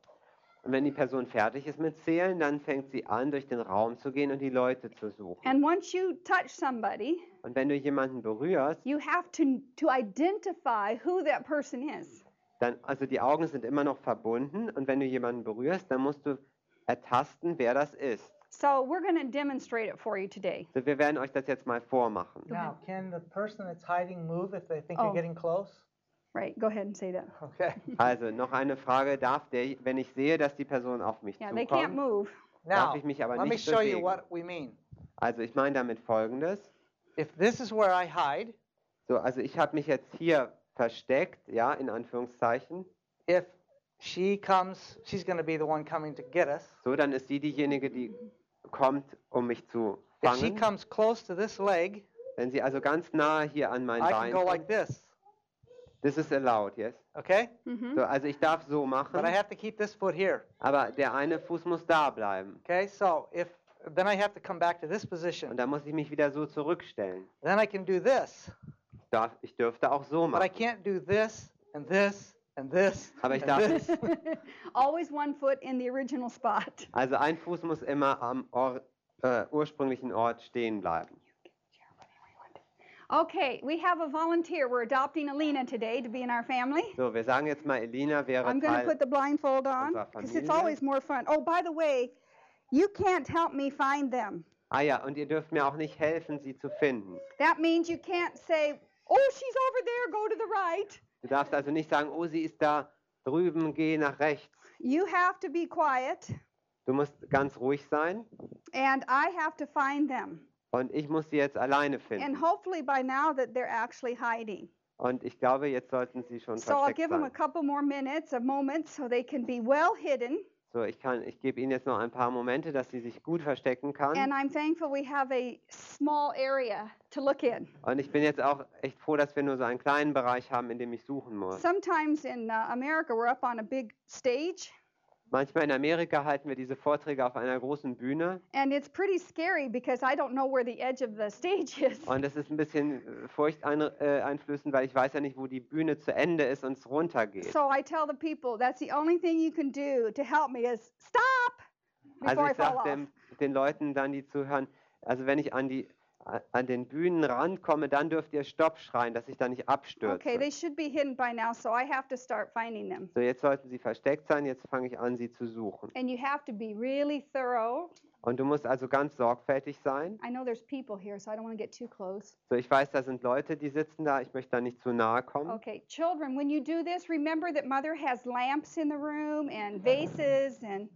A: Und wenn die Person fertig ist mit Zählen, dann fängt sie an, durch den Raum zu gehen und die Leute zu suchen.
C: And once you touch somebody,
A: Und wenn du jemanden berührst,
C: you have to to identify who that person is.
A: dann, also die Augen sind immer noch verbunden, und wenn du jemanden berührst, dann musst du ertasten, wer das ist.
C: So we're going to demonstrate it for you today.
A: So, wir werden euch das jetzt mal vormachen.
B: Now, can the person that's hiding move if they think
C: Oh.
B: you're getting close?
C: Right? Go ahead and say that.
B: Okay.
A: Also, noch eine Frage, darf der, wenn ich sehe, dass die Person auf mich
C: Yeah, they can't
A: zukommt,
C: move.
B: Now,
A: ich mich aber
B: let me
A: nicht
B: show you
A: bewegen.
B: what we mean.
A: also ich meine damit folgendes,
B: If this is where I hide,
A: so, also ich habe mich jetzt hier versteckt, ja, in Anführungszeichen,
B: if she comes, she's going to be the one coming to get us.
A: So, dann ist sie diejenige, die kommt, um mich zu
B: If she
A: fangen.
B: comes close to this leg,
A: Wenn sie also ganz nahe hier an mein
B: I can
A: Bein
B: go
A: kommt,
B: like this.
A: This is allowed, yes?
B: Okay?
C: hmm
A: So, also ich darf so
B: Mhm. But I
A: machen,
B: have to keep this foot here.
A: aber der eine Fuß muss da bleiben.
B: Okay? So if then I have to come back to this
A: Und
B: position.
A: dann muss ich mich wieder so zurückstellen.
B: Then I can do this.
A: Darf, ich dürfte auch so
B: But I
A: machen.
B: can't do this and this and this.
A: Aber ich
B: and
A: darf-
B: this.
C: Always one foot in the original spot.
A: Also ein Fuß muss immer am Or äh, ursprünglichen Ort stehen bleiben.
C: Okay, we have a volunteer. We're adopting Alina today to be in our family.
A: So, wir sagen jetzt mal, Elina wäre
C: I'm going to
A: Teil.
C: put the blindfold on
A: Unserer
C: because it's
A: Familie.
C: always more fun. Oh, by the way, you can't help me find them.
A: Ah ja, und ihr dürft mir auch nicht helfen, sie zu finden.
C: That means you can't say, oh, she's over there, go to the right.
A: Du darfst also nicht sagen, oh, sie ist da drüben, geh nach rechts.
C: You have to be quiet,
A: Du musst ganz ruhig sein
C: and I have to find them.
A: und ich muss sie jetzt alleine
C: And
A: finden.
C: hopefully by now that they're actually hiding.
A: Und ich glaube, jetzt sollten sie schon
C: So I'll
A: versteckt
C: give them a
A: sein.
C: couple more minutes, a moment, so they can be well hidden.
A: So, ich kann, ich gebe ihnen jetzt noch ein paar Momente, dass sie sich gut verstecken kann.
C: And I'm thankful we have a small area to look in.
A: Und ich bin jetzt auch echt froh, dass wir nur so einen kleinen Bereich haben, in dem ich suchen muss.
C: Sometimes in uh, America, we're up on a big stage,
A: Manchmal in Amerika halten wir diese Vorträge auf einer großen Bühne
C: and it's pretty scary because I don't know where the edge of the stage is.
A: und das ist ein bisschen äh, furchteinflößend, weil ich weiß ja nicht, wo die Bühne zu Ende ist und es runtergeht.
C: So I tell the people that's the only thing you can do to help me is stop
A: Also
C: before I
A: ich
C: fall
A: sage
C: off.
A: den, den Leuten dann, die zuhören, also wenn ich an die a- an den Bühnen rankomme, dann dürft ihr Stopp schreien, dass ich da nicht
C: Okay,
A: abstürze.
C: they should be hidden by now, so I have to start finding them.
A: So, jetzt sollten sie versteckt sein, jetzt fange ich an, sie zu suchen.
C: And you have to be really thorough.
A: Und du musst also ganz sorgfältig sein.
C: I know there's people here, so I don't want to get too close.
A: So, ich weiß, da sind Leute, die sitzen da, ich möchte da nicht zu nahe kommen.
C: Okay, children, when you do this, remember that mother has lamps in the room and vases and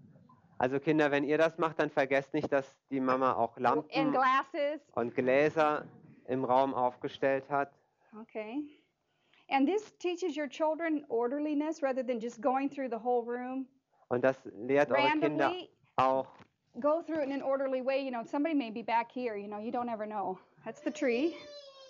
A: Also Kinder, wenn ihr das macht, dann vergesst nicht, dass die Mama auch
C: and
A: Lampen
C: glasses.
A: und Gläser im Raum aufgestellt hat.
C: Okay. And this teaches your children orderliness rather than just going through the whole room
A: Und das lehrt eure Kinder
C: randomly.
A: auch.
C: Go through it in an orderly way. You know, somebody may be back here. You know, you don't ever know. That's the tree.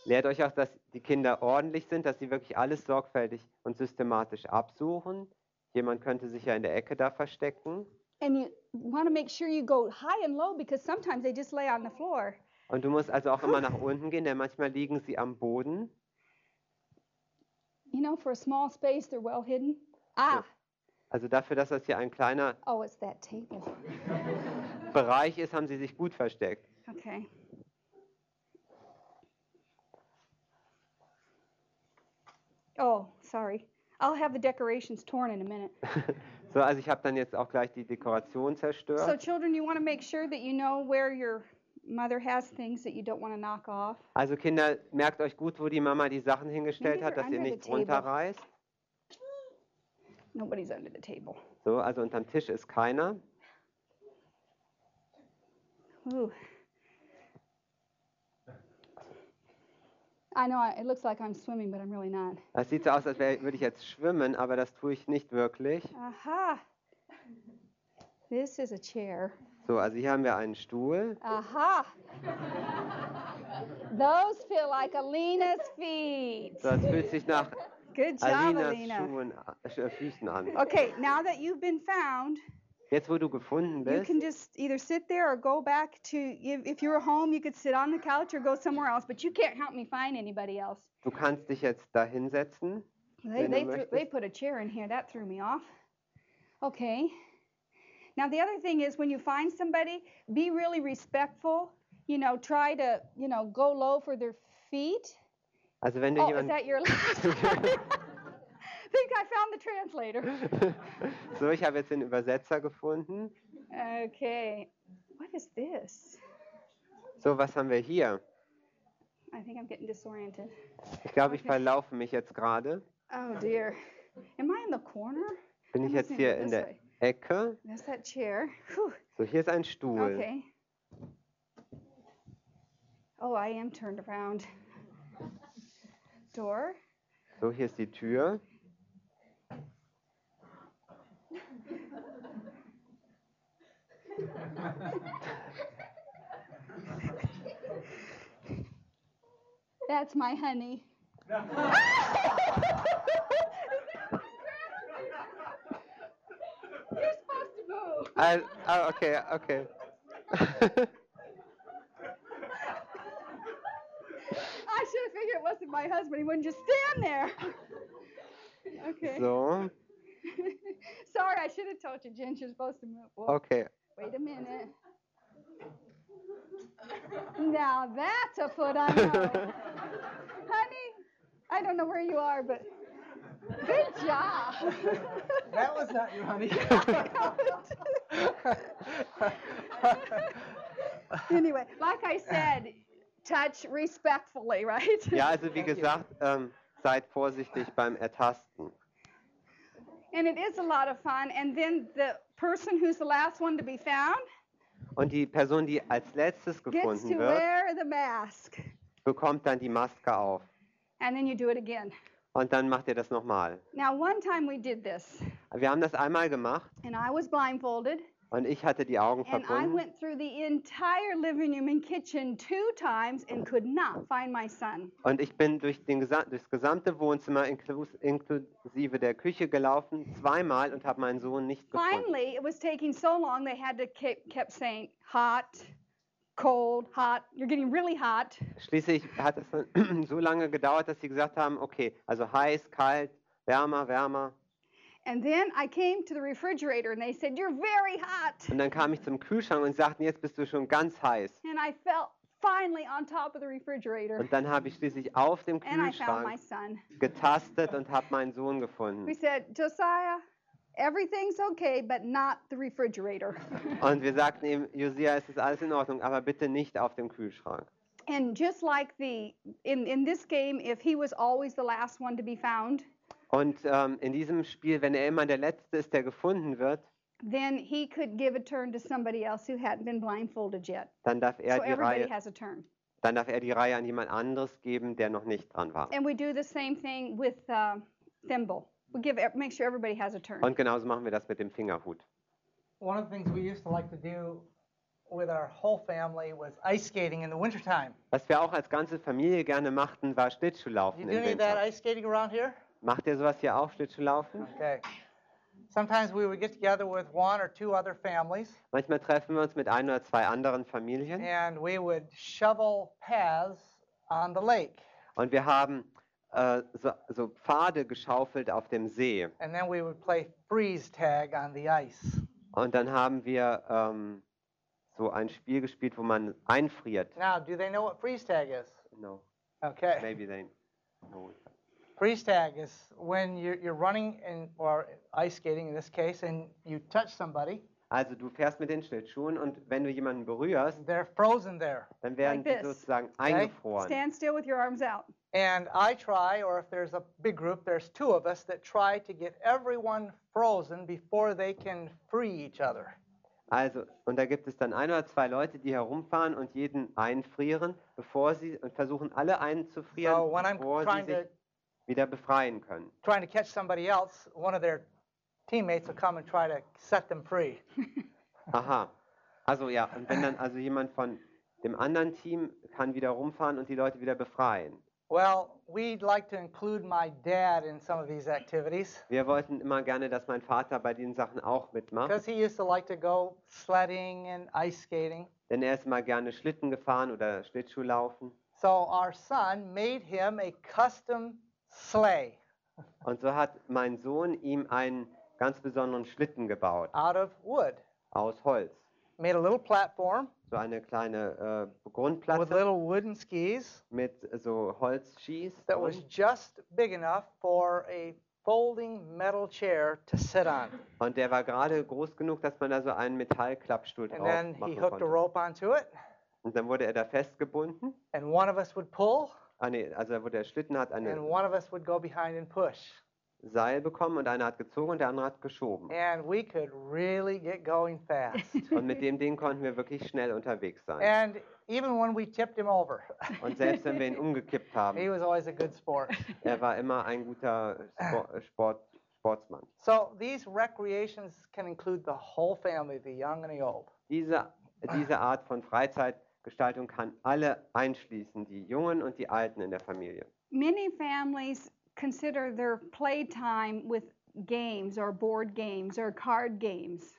A: Lehrt euch auch, dass die Kinder ordentlich sind, dass sie wirklich alles sorgfältig und systematisch absuchen. Jemand könnte sich ja in der Ecke da verstecken.
C: And you want to make sure you go high and low because sometimes they just lay on the floor.
A: Und du musst also auch immer nach unten gehen, denn manchmal liegen sie am Boden.
C: You know, for a small space, they're well hidden. Ah,
A: Also dafür, dass das hier ein kleiner
C: oh, it's that table.
A: Bereich ist, haben sie sich gut versteckt.
C: Okay. Oh, sorry. I'll have the decorations torn in a minute.
A: so, also ich habe dann jetzt auch gleich die Dekoration zerstört.
C: So, children, you want to make sure that you know where your mother has things that you don't want to knock off.
A: Also Kinder, merkt euch gut, wo die Mama die Sachen hingestellt
C: Maybe
A: hat,
C: they're
A: dass ihr
C: under the
A: nichts
C: table.
A: runterreißt.
C: Nobody's under the table.
A: So, also unterm Tisch ist keiner.
C: Ooh. I know I, it looks like I'm swimming, but I'm really not.
A: Das sieht so aus, als wär- würde ich jetzt schwimmen, aber das tue ich nicht wirklich.
C: Aha. This is a chair.
A: So, also hier haben wir einen Stuhl.
C: Aha. Those feel like Alina's feet.
A: So, das fühlt sich nach
C: Good job,
A: Alinas
C: Alina.
A: Schuhen, äh, Füßen an.
C: Okay, now that you've been found,
A: Jetzt, wo du gefunden
C: you
A: bist,
C: can just either sit there or go back to, if, if you're home, you could sit on the couch or go somewhere else, but you can't help me find anybody else.
A: du kannst dich jetzt da hinsetzen.
C: They,
A: Then the
C: they, threw,
A: rest
C: they
A: is-
C: put a chair in here. That threw me off. Okay. Now, the other thing is when you find somebody, be really respectful. You know, try to, you know, go low for their feet.
A: Also wenn du
C: Oh, is
A: jemanden...
C: that your last? Sorry. think I found the translator.
A: so, ich habe jetzt den Übersetzer gefunden.
C: Okay. What is this?
A: So, was haben wir hier?
C: I think I'm getting disoriented.
A: Ich glaube, ich
C: Okay.
A: verlaufe mich jetzt gerade.
C: Oh dear. Am I in the corner?
A: Bin
C: I
A: ich jetzt
C: must have
A: hier
C: went
A: in
C: this
A: der
C: way.
A: Ecke?
C: That's that chair. Whew.
A: So, hier ist ein Stuhl.
C: Okay. Oh, I am turned around. Door.
A: So, hier ist die Tür.
C: That's my honey.
A: I, oh, okay, okay.
C: I should have figured it wasn't my husband. He wouldn't just stand there. okay.
A: so,
C: Sorry, I should have told you, Jen. You're supposed to move. Whoa,
A: okay.
C: Wait a minute. Now that's a foot I know. Honey, I don't know where you are, but good job.
B: That was not you, honey.
C: anyway, like I said, touch respectfully, right?
A: Ja, also wie
B: Thank you.
A: gesagt, ähm, seid vorsichtig beim Ertasten.
C: And it is a lot of fun. And then the person who's the last one to be found
A: Und die Person, die als letztes
C: gets to
A: gefunden wird,
C: wear the mask.
A: bekommt dann die Maske auf.
C: And then you do it again.
A: Und dann macht ihr das nochmal.
C: Now, one time we did this,
A: Wir haben das einmal gemacht
C: and I was blindfolded,
A: und ich hatte die Augen
C: and I
A: verbunden.
C: went through the entire living room and kitchen two times and could not find my son.
A: Und ich bin durch den gesa durchs gesamte Wohnzimmer inklus inklusive der Küche gelaufen, zweimal und habe meinen Sohn nicht gefunden.
C: Finally, it was taking so long, they had to keep, kept saying, hot, cold, hot, you're getting really hot.
A: Schließlich hat es dann so lange gedauert, dass sie gesagt haben, okay, also heiß, kalt, wärmer, wärmer.
C: And then I came to the refrigerator, and they said, you're very hot.
A: Und dann kam ich zum Kühlschrank und sagten, jetzt bist du schon ganz heiß.
C: And I felt finally on top of the refrigerator.
A: Und dann habe ich schließlich auf dem
C: And I found my
A: Kühlschrank
C: son.
A: getastet und habe meinen Sohn
C: We
A: gefunden.
C: said, Josiah, everything's okay, but not the refrigerator.
A: Und wir sagten ihm, Josia, es ist alles in Ordnung, aber bitte nicht auf dem Kühlschrank.
C: and just like the in, in this game, if he was always the last one to be found,
A: Und ähm, in diesem Spiel, wenn er immer der Letzte ist, der gefunden wird,
C: then he could give a turn to somebody else who hadn't been blindfolded yet.
A: dann darf er
C: so
A: die
C: everybody
A: Reihe
C: has a turn.
A: dann darf er die Reihe an jemand anderes geben, der noch nicht dran war.
C: And we do the same thing with uh, thimble. We give ev- make sure everybody has a turn.
A: Und genauso machen wir das mit dem Fingerhut.
B: One of the things we used to like to do with our whole family was ice skating in the wintertime.
A: Was wir auch als ganze Familie gerne machten, war
B: You
A: Schlittschuhlaufen
B: do
A: im
B: any of that
A: Winter.
B: ice skating around here?
A: Macht ihr sowas hier auch, Schlittschuhlaufen?
B: Okay. Sometimes we would get together with one or two other families
A: Manchmal treffen wir uns mit ein oder zwei anderen Familien
B: and we would shovel paths on the lake.
A: und wir haben äh, so, so Pfade geschaufelt auf dem See.
B: And then we would play freeze tag on the ice.
A: Und dann haben wir ähm, so ein Spiel gespielt, wo man einfriert.
B: Now, do they know what freeze tag is?
A: No,
B: Okay.
A: maybe they know.
B: Freeze tag is when you're, you're running and or ice skating in this case, and you touch somebody,
A: Also du fährst mit den Schlittschuhen und wenn du jemanden berührst,
B: they're frozen there.
A: dann werden
C: Like
A: die
C: this.
A: sozusagen eingefroren.
C: Stand still with your arms out.
B: And I try, or if there's a big group, there's two of us that try to get everyone frozen before they can free each other.
A: Also, und da gibt es dann ein oder zwei Leute, die herumfahren und jeden einfrieren, bevor sie und versuchen alle einzufrieren,
B: So when I'm
A: bevor sie
B: trying
A: sich
B: to
A: wieder befreien können.
B: trying to catch somebody else, one of their teammates will come and try to set them free.
A: Aha. Also ja, und wenn dann also jemand von dem anderen Team kann wieder rumfahren und die Leute wieder befreien.
B: Well, we'd like to include my dad in some of these activities
A: Wir wollten immer gerne, dass mein Vater bei den Sachen auch mitmacht,
B: because he used to like to go sledding and ice skating.
A: denn er ist immer gerne Schlitten gefahren oder Schlittschuhlaufen.
B: So our son made him a custom sleigh
A: Und so hat mein Sohn ihm einen ganz besonderen Schlitten gebaut
B: out of wood.
A: aus Holz.
B: Made a little platform
A: So eine kleine äh,
B: with
A: Grundplatte.
B: little wooden skis
A: mit so Holzschieß
B: that was
A: drin.
B: just big enough for a folding metal chair to sit on.
A: und der war gerade groß genug, dass man da so einen Metallklappstuhl drauf
B: And then he
A: machen
B: hooked a
A: konnte.
B: rope onto it,
A: Und dann wurde er da festgebunden.
B: and one of us would pull,
A: Ah, nee, also da wurde der Schlitten hat
B: and
A: eine
B: one of us would go behind and push.
A: Seil bekommen und einer hat gezogen und der andere hat geschoben.
B: And we could really get going fast.
A: Und mit dem Ding konnten wir wirklich schnell unterwegs sein.
B: and even when we tipped him over,
A: Und selbst wenn wir ihn umgekippt
B: he
A: haben,
B: was always a good sport.
A: er war immer ein guter
B: Ah.
A: Spo- Sport, Sportsmann.
B: So these recreations can include the whole family, the young and the old.
A: Diese, diese Art von Freizeitgestaltung kann alle einschließen, die Jungen und die Alten in der Familie.
C: Many families consider their playtime with games or board games or card games.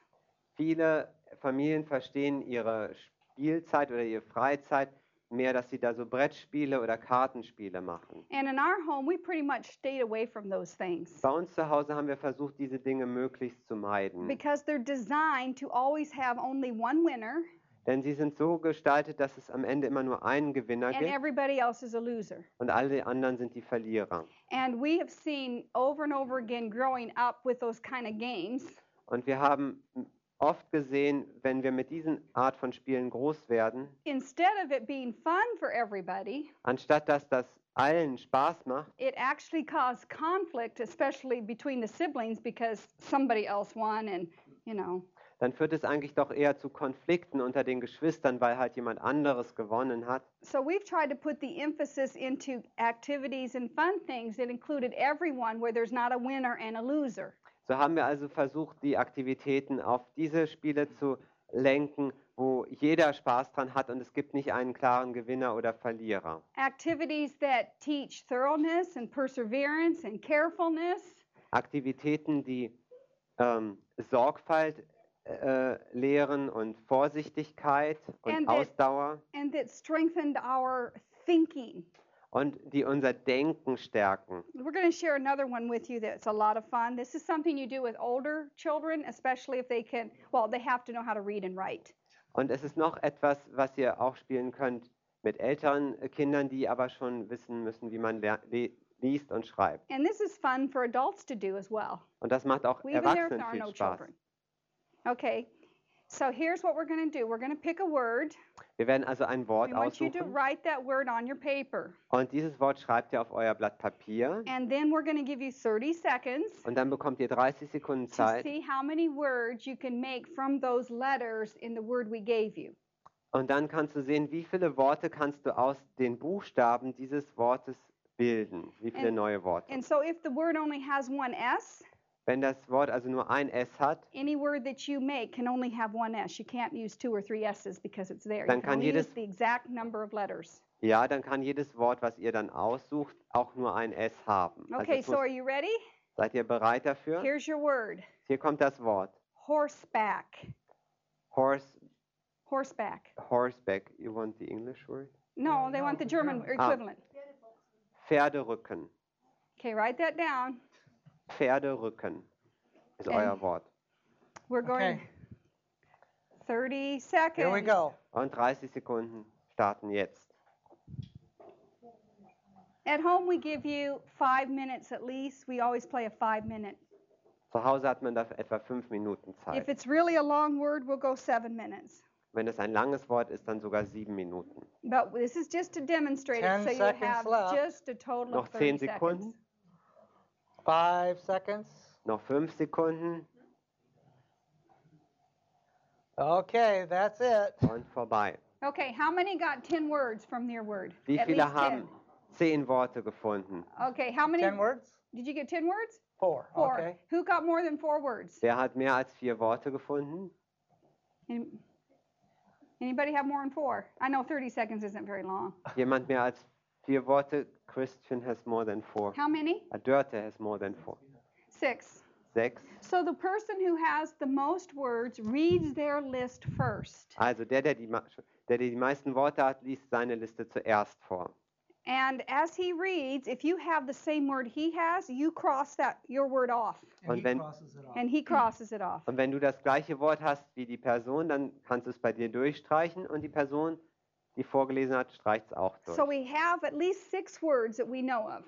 A: Viele Familien verstehen ihre Spielzeit oder ihre Freizeit mehr, dass sie da so Brettspiele oder Kartenspiele machen.
C: And in our home, we pretty much stayed away from those things
A: Bei uns zu Hause haben wir versucht, diese Dinge möglichst zu meiden.
C: because they're designed to always have only one winner
A: Denn sie sind so gestaltet, dass es am Ende immer nur einen Gewinner
C: and
A: gibt
C: everybody else is a loser.
A: und alle anderen sind die Verlierer.
C: And we have seen over and over again growing up with those kind of games
A: Und wir haben oft gesehen, wenn wir mit diesen Art von Spielen groß werden,
C: instead of it being fun for everybody,
A: anstatt dass das allen Spaß macht,
C: it actually caused conflict, especially between the siblings, because somebody else won, and you know.
A: dann führt es eigentlich doch eher zu Konflikten unter den Geschwistern, weil halt jemand anderes gewonnen hat.
C: So we've tried to put the emphasis into activities and fun things that included everyone, where there's not a winner and a loser.
A: So haben wir also versucht, die Aktivitäten auf diese Spiele zu lenken, wo jeder Spaß dran hat und es gibt nicht einen klaren Gewinner oder Verlierer.
C: Activities that teach thoroughness and perseverance and carefulness,
A: Aktivitäten, die ähm, Sorgfalt äh, lehren und Vorsichtigkeit und
C: And that-
A: Ausdauer
C: and that strengthened our thinking.
A: und die unser Denken stärken.
C: We're going to share another one with you that's a lot of fun. This is something you do with older children, especially if they can, well, they have to know how to read and write.
A: Und es ist noch etwas, was ihr auch spielen könnt mit älteren äh, Kindern, die aber schon wissen müssen, wie man ler- le liest und schreibt.
C: And this is fun for adults to do as well,
A: Und das macht auch
C: even there if there
A: Erwachsenen
C: are
A: viel
C: no
A: Spaß.
C: children. Okay, so here's what we're going to do we're going to pick a word.
A: Wir werden also ein Wort
C: We want you to
A: aussuchen
C: write that word on your paper.
A: und dieses Wort schreibt ihr auf euer Blatt Papier
C: And then we're going to give you 30 seconds
A: und dann bekommt ihr 30 Sekunden
C: to
A: Zeit
C: see how many words you can make from those letters in the word we gave you.
A: und dann kannst du sehen, wie viele Worte kannst du aus den Buchstaben dieses Wortes bilden, wie viele
C: And-
A: neue Worte.
C: And so if the word only has one S,
A: Wenn das Wort also nur ein S hat,
C: any word that you make can only have one S. You can't use two or three S's because it's there.
A: Dann
C: you can
A: kann
C: only use
A: jedes-
C: the exact number of letters.
A: ja, dann kann jedes Wort, was ihr dann aussucht, auch nur ein S haben. Also
C: Okay,
A: es
C: so
A: muss
C: are you ready?
A: Seid ihr bereit dafür? Hier,
C: Here's your word.
A: kommt das Wort.
C: Horseback.
A: Horse,
C: Horseback.
A: horseback. You want the English word?
C: No, they want the German
A: Ah.
C: equivalent.
A: Pferderücken.
C: Okay, write that down.
A: Pferderücken ist
C: Okay.
A: euer Wort.
C: We're going
B: Okay.
C: 30 seconds.
B: Here we go.
A: Und 30 Sekunden starten jetzt.
C: At home, we give you five minutes at least. We always play a five minute.
A: Zu Hause hat man dafür etwa 5 Minuten
C: If
A: Zeit.
C: it's really a long word, we'll go seven minutes.
A: Wenn es ein langes Wort ist, dann sogar 7 Minuten.
C: But this is just to demonstrate it,
B: 10
C: so you
B: seconds
C: have
B: left.
C: just a total
A: Noch
C: of 30
A: 10 Sekunden.
C: seconds.
B: Five seconds.
A: Noch 5 Sekunden
B: Okay, that's it.
A: und vorbei.
C: Okay, how many got 10 words from their word?
A: Wie
C: At
A: viele
C: least
A: haben 10 Worte gefunden?
C: 10. Okay, how many?
B: Ten words?
C: Did you get 10 words?
B: Four.
C: Four.
B: Okay.
C: Who got more than four words?
A: Wer hat mehr als 4 Worte gefunden?
C: Any- Anybody have more than four? I know 30 seconds isn't very long.
A: Jemand mehr als 4 Worte? Christian has more than 4.
C: How many?
A: Adörte has more than 4.
C: Six.
A: 6.
C: So the person who has the most words reads their list first.
A: Also der, der die, ma- der, der die meisten Worte hat, liest seine Liste zuerst vor.
C: And as he reads, if you have the same word he has, you cross that your word off.
A: Und wenn-
B: crosses it off.
C: And he crosses it off.
A: Und wenn du das gleiche Wort hast wie die Person, dann kannst du es bei dir durchstreichen und die Person, die vorgelesen hat, streicht es auch durch.
C: So we have at least six words that we know of.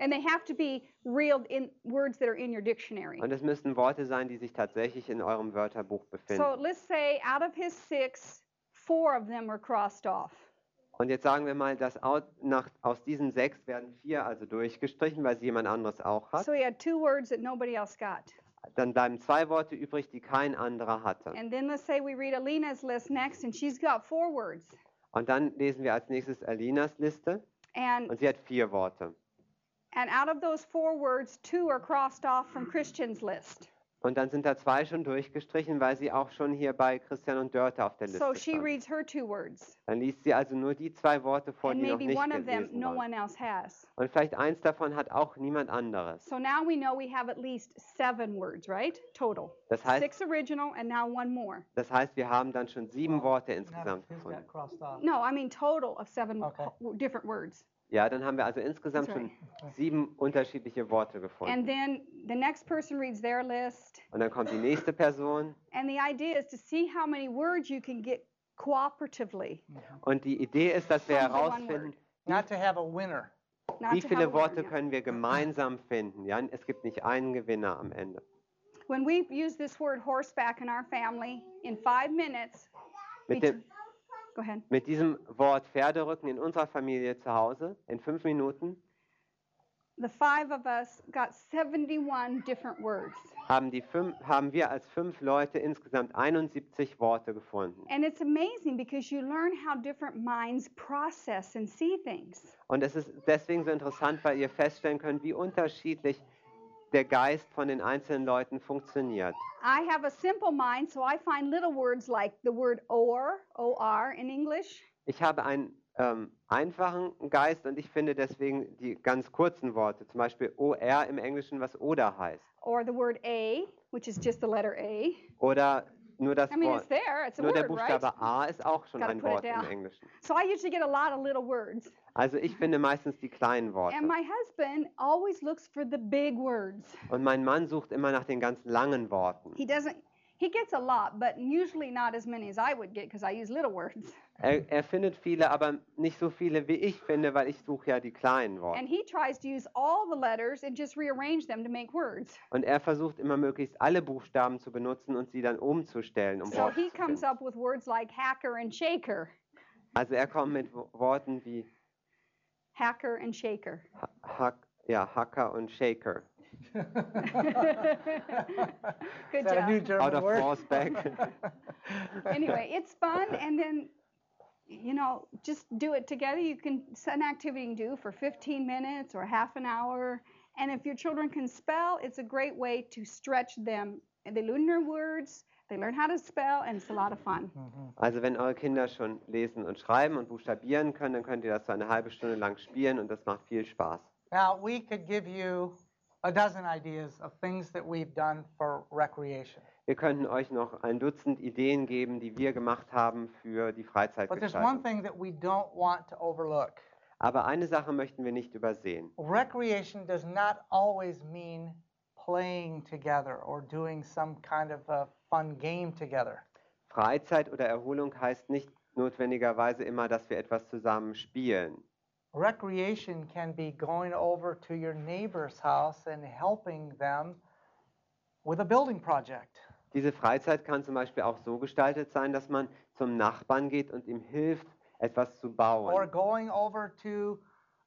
C: And they have to be real in words that are in your dictionary.
A: Und es müssen Worte sein, die sich tatsächlich in eurem Wörterbuch
C: So
A: befinden.
C: let's say out of his six, four of them are crossed off.
A: Und jetzt sagen wir mal, dass au- nach, aus diesen sechs werden vier also durchgestrichen, weil sie jemand anderes auch hat.
C: So he had two words that nobody else got.
A: Dann bleiben zwei Worte übrig, die kein anderer hatte.
C: And then let's say we read Alina's list next, and she's got four words.
A: Und dann lesen wir als nächstes Alinas Liste
C: And
A: und sie hat vier Worte.
C: and out of those four words, two are crossed off from Christian's list.
A: Und dann sind da zwei schon durchgestrichen, weil sie auch schon hier bei Christian und Dörte auf der Liste
C: So she
A: standen.
C: reads her two words,
A: Dann liest sie also nur die zwei Worte vor,
C: and
A: die noch
C: maybe
A: nicht
C: one of them
A: gelesen
C: no
A: waren.
C: one else has.
A: Und vielleicht eins davon hat auch niemand anderes.
C: So now we know we have at least seven words, right? Total.
A: Das heißt,
C: Six original and now one more.
A: das heißt, wir haben dann schon sieben Worte insgesamt
B: Who's
A: gefunden.
B: got crossed off?
C: No, I mean total of seven
B: Okay.
C: w- different words.
A: Ja, dann haben wir also insgesamt
C: That's
A: schon
C: right.
A: sieben unterschiedliche Worte
C: And
A: gefunden.
C: then the next person reads their list.
A: Und dann kommt die nächste Person.
C: And the idea is to see how many words you can get cooperatively.
A: Und die Idee ist, dass wir
C: Comes the one
A: herausfinden,
B: Not to have a winner.
C: Not
A: wie
C: to have a
A: viele
C: winner,
A: Worte
C: yeah.
A: können wir gemeinsam finden. Ja, es gibt nicht einen Gewinner am Ende.
C: When we use this word horseback in our family, in five minutes,
A: Mit, dem,
C: go ahead.
A: mit diesem Wort Pferderücken in unserer Familie zu Hause, in fünf Minuten,
C: The five of us got 71 different words.
A: haben, die fünf, haben wir als fünf Leute insgesamt 71 Worte gefunden.
C: And it's amazing because you learn how different minds process and see things.
A: Und es ist deswegen so interessant, weil ihr feststellen könnt, wie unterschiedlich der Geist von den einzelnen Leuten funktioniert.
C: I have a simple mind, so I find little words like the word or, or in English,
A: Ich habe einen ähm, einfachen Geist und ich finde deswegen die ganz kurzen Worte, zum Beispiel OR im Englischen, was oder heißt.
C: or the word a, which is just the letter a.
A: Oder nur das
C: I mean,
A: Wort.
C: it's there, it's a
A: Nur der
C: word, right?
A: Buchstabe A ist auch schon
C: Gotta
A: ein
C: put it
A: Wort im
C: down.
A: Englischen.
C: So I usually get a lot of little words.
A: Also ich finde meistens die kleinen Worte.
C: And my husband always looks for the big words.
A: Und mein Mann sucht immer nach den ganz langen Worten.
C: He doesn't, he gets a lot, but usually not as many as I would get because I use little words.
A: Er, er findet viele, aber nicht so viele wie ich finde, weil ich suche ja die kleinen Worte.
C: And he tries to use all the letters and just rearrange them to make words.
A: Und er versucht immer möglichst alle Buchstaben zu benutzen und sie dann umzustellen, um
C: So
A: Worte
C: he
A: zu finden.
C: comes up with words like hacker and shaker,
A: Also er kommt mit Wo- Worten wie
C: hacker and shaker.
A: Ha- Hack, ja, Hacker und Shaker.
C: Good
B: Is that a new
C: job.
B: German
A: Out of
B: word?
A: horseback.
C: Anyway, it's fun, and then you know, just do it together. You can it's an activity you can do for 15 minutes or half an hour, and if your children can spell, it's a great way to stretch them. And they learn their words, they learn how to spell, and it's a lot of fun.
B: Mm-hmm.
A: Also wenn eure Kinder schon lesen und schreiben und buchstabieren können, dann könnt ihr das so eine halbe Stunde lang spielen und das macht viel Spaß.
B: Now, we could give you a dozen ideas of things that we've done for recreation.
A: Wir könnten euch noch ein Dutzend Ideen geben, die wir gemacht haben für die
B: But there's
A: Freizeitgestaltung.
B: one thing that we don't want to overlook.
A: Aber eine Sache möchten wir nicht übersehen.
B: Recreation does not always mean playing together or doing some kind of a fun game together.
A: Freizeit oder Erholung heißt nicht notwendigerweise immer, dass wir etwas zusammen spielen.
B: Recreation can be going over to your neighbor's house and helping them with a building project.
A: Diese Freizeit kann zum Beispiel auch so gestaltet sein, dass man zum Nachbarn geht und ihm hilft, etwas zu
B: Or
A: bauen.
B: going over to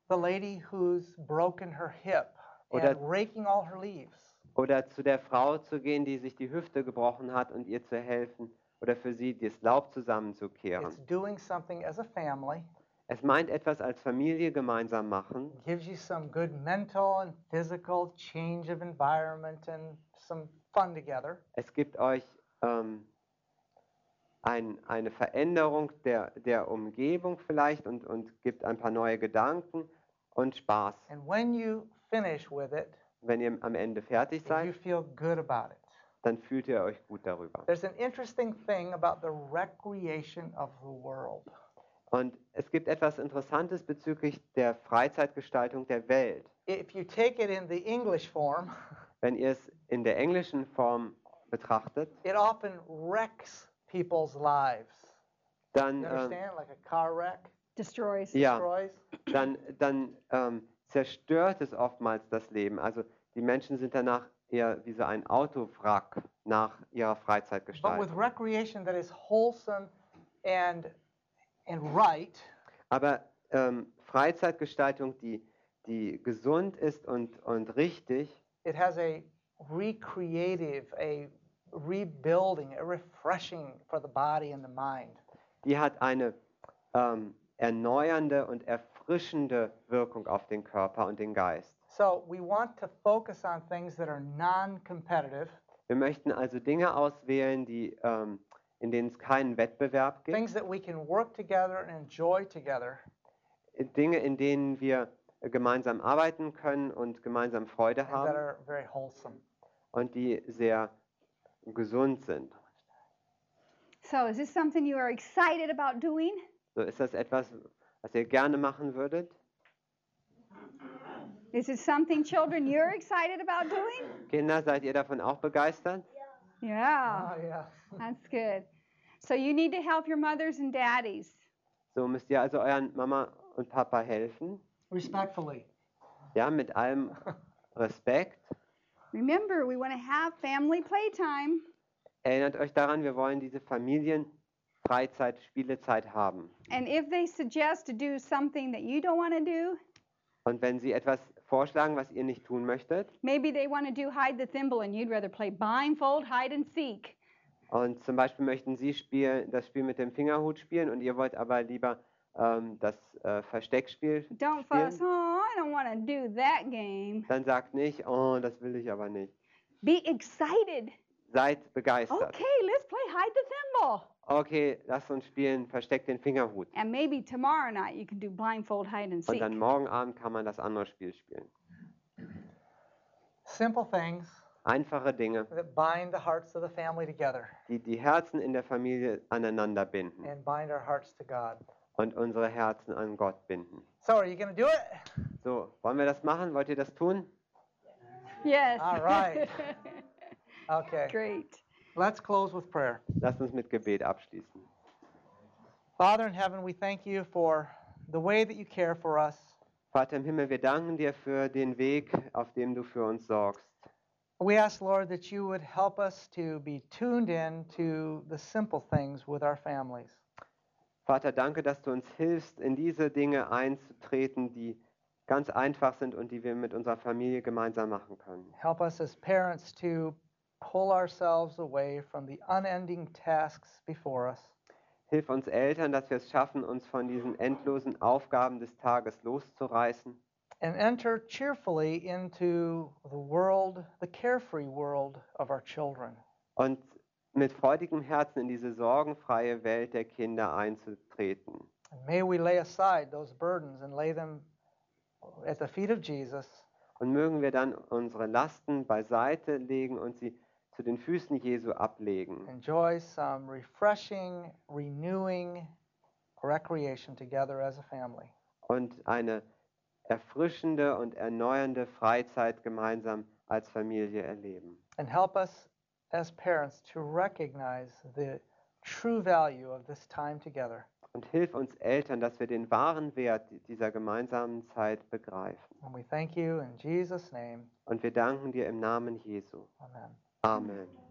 B: the lady who's broken her hip
A: Or
B: and
A: that-
B: raking all her leaves.
A: Oder zu der Frau zu gehen, die sich die Hüfte gebrochen hat und ihr zu helfen. Oder für sie das Laub zusammenzukehren.
B: It's doing something as a family,
A: Es meint etwas als Familie gemeinsam machen.
B: gives you some good mental and physical change of environment and some fun together.
A: Es gibt euch ähm, ein, eine Veränderung der, der Umgebung vielleicht und, und gibt ein paar neue Gedanken und Spaß,
B: And when you finish with it,
A: wenn ihr am Ende fertig
B: you
A: seid.
B: feel good about it.
A: Dann fühlt ihr euch gut darüber.
B: There's an interesting thing about the recreation of the world.
A: Und es gibt etwas Interessantes bezüglich der Freizeitgestaltung der Welt.
B: If you take it in the English form,
A: Wenn ihr es in der englischen Form betrachtet,
B: it often wrecks people's lives.
A: dann,
B: You
A: ähm,
B: understand? Like a car wreck
C: Destroys.
A: ja,
B: destroys.
A: dann, dann ähm, zerstört es oftmals das Leben. Also die Menschen sind danach eher wie so ein Autowrack nach ihrer
B: But with
A: Freizeitgestaltung.
B: recreation that is wholesome and and right,
A: Aber ähm, Freizeitgestaltung, die, die gesund ist und, und richtig,
B: it has a recreative, a rebuilding, a refreshing for the body and the mind.
A: die hat eine ähm, erneuernde und erfrischende Wirkung auf den Körper und den Geist.
B: So we want to focus on things that are non competitive,
A: Wir möchten also Dinge auswählen, die, ähm, in denen es keinen Wettbewerb gibt.
B: things that we can work together and enjoy together.
A: Dinge, in denen wir äh, gemeinsam arbeiten können und gemeinsam Freude
B: and that
A: haben
B: are very wholesome.
A: und die sehr gesund sind.
C: So, is this something you are excited about doing?
A: So ist das etwas, was ihr gerne machen würdet?
C: Is it something, children, you're excited about doing?
A: Kinder, seid ihr davon auch begeistert?
C: Yeah,
B: Ah, yeah.
C: that's good. So, you need to help your mothers and daddies.
A: So müsst ihr also euren Mama und Papa helfen.
B: Respectfully.
A: Ja, mit allem Respekt.
C: Remember, we want to have family playtime.
A: Erinnert euch daran, wir wollen diese Familienfreizeit, Spielezeit haben.
C: And if they suggest to do something that you don't want to do,
A: Und wenn sie etwas vorschlagen, was ihr nicht tun möchtet,
C: maybe they want to do hide the thimble and you'd rather play blindfold, hide and seek.
A: und zum Beispiel möchten sie spiel, das Spiel mit dem Fingerhut spielen und ihr wollt aber lieber ähm, das äh, Versteckspiel,
C: Don't
A: Yeah.
C: fuss. Oh, I don't want to do that game.
A: dann sagt nicht, oh, das will ich aber nicht.
C: Be excited.
A: Seid begeistert.
C: Okay, let's play hide the thimble.
A: Okay, lasst uns spielen, versteckt den Fingerhut.
C: And maybe tomorrow night you can do blindfold hide
A: Und
C: and seek.
A: dann morgen Abend kann man das andere Spiel spielen.
B: Simple things
A: Einfache Dinge,
B: that bind the hearts of the family together
A: die die Herzen in der Familie aneinander binden
B: and bind our hearts to God.
A: und unsere Herzen an Gott binden.
B: So, are you going to do it?
A: So, wollen wir das machen? Wollt ihr das tun?
C: Yes.
B: All right. Okay.
C: Great.
B: Let's close with prayer.
A: Lasst uns mit Gebet abschließen.
B: Father in heaven, we thank you for the way that you care for us.
A: Vater im Himmel, wir danken dir für den Weg, auf dem du für uns sorgst.
B: We ask, Lord, that you would help us to be tuned in to the simple things with our families.
A: Vater, danke, dass du uns hilfst, in diese Dinge einzutreten, die ganz einfach sind und die wir mit unserer Familie gemeinsam machen können.
B: Help us as parents to pull ourselves away from the unending tasks before us
A: Hilf uns Eltern, dass wir es schaffen, uns von diesen endlosen Aufgaben des Tages loszureißen
B: and enter cheerfully into the world, the carefree world of our children.
A: und mit freudigem Herzen in diese sorgenfreie Welt der Kinder einzutreten.
B: And may we lay aside those burdens and lay them at the feet of Jesus
A: Und mögen wir dann unsere Lasten beiseite legen und sie zu den Füßen Jesu ablegen.
B: enjoy some refreshing, renewing recreation together as a family.
A: und eine erfrischende und erneuernde Freizeit gemeinsam als Familie erleben.
B: And help us as parents to recognize the true value of this time together.
A: Und hilf uns Eltern, dass wir den wahren Wert dieser gemeinsamen Zeit begreifen.
B: And we thank you in Jesus' name.
A: Und wir danken dir im Namen Jesu.
B: Amen.
A: Amen.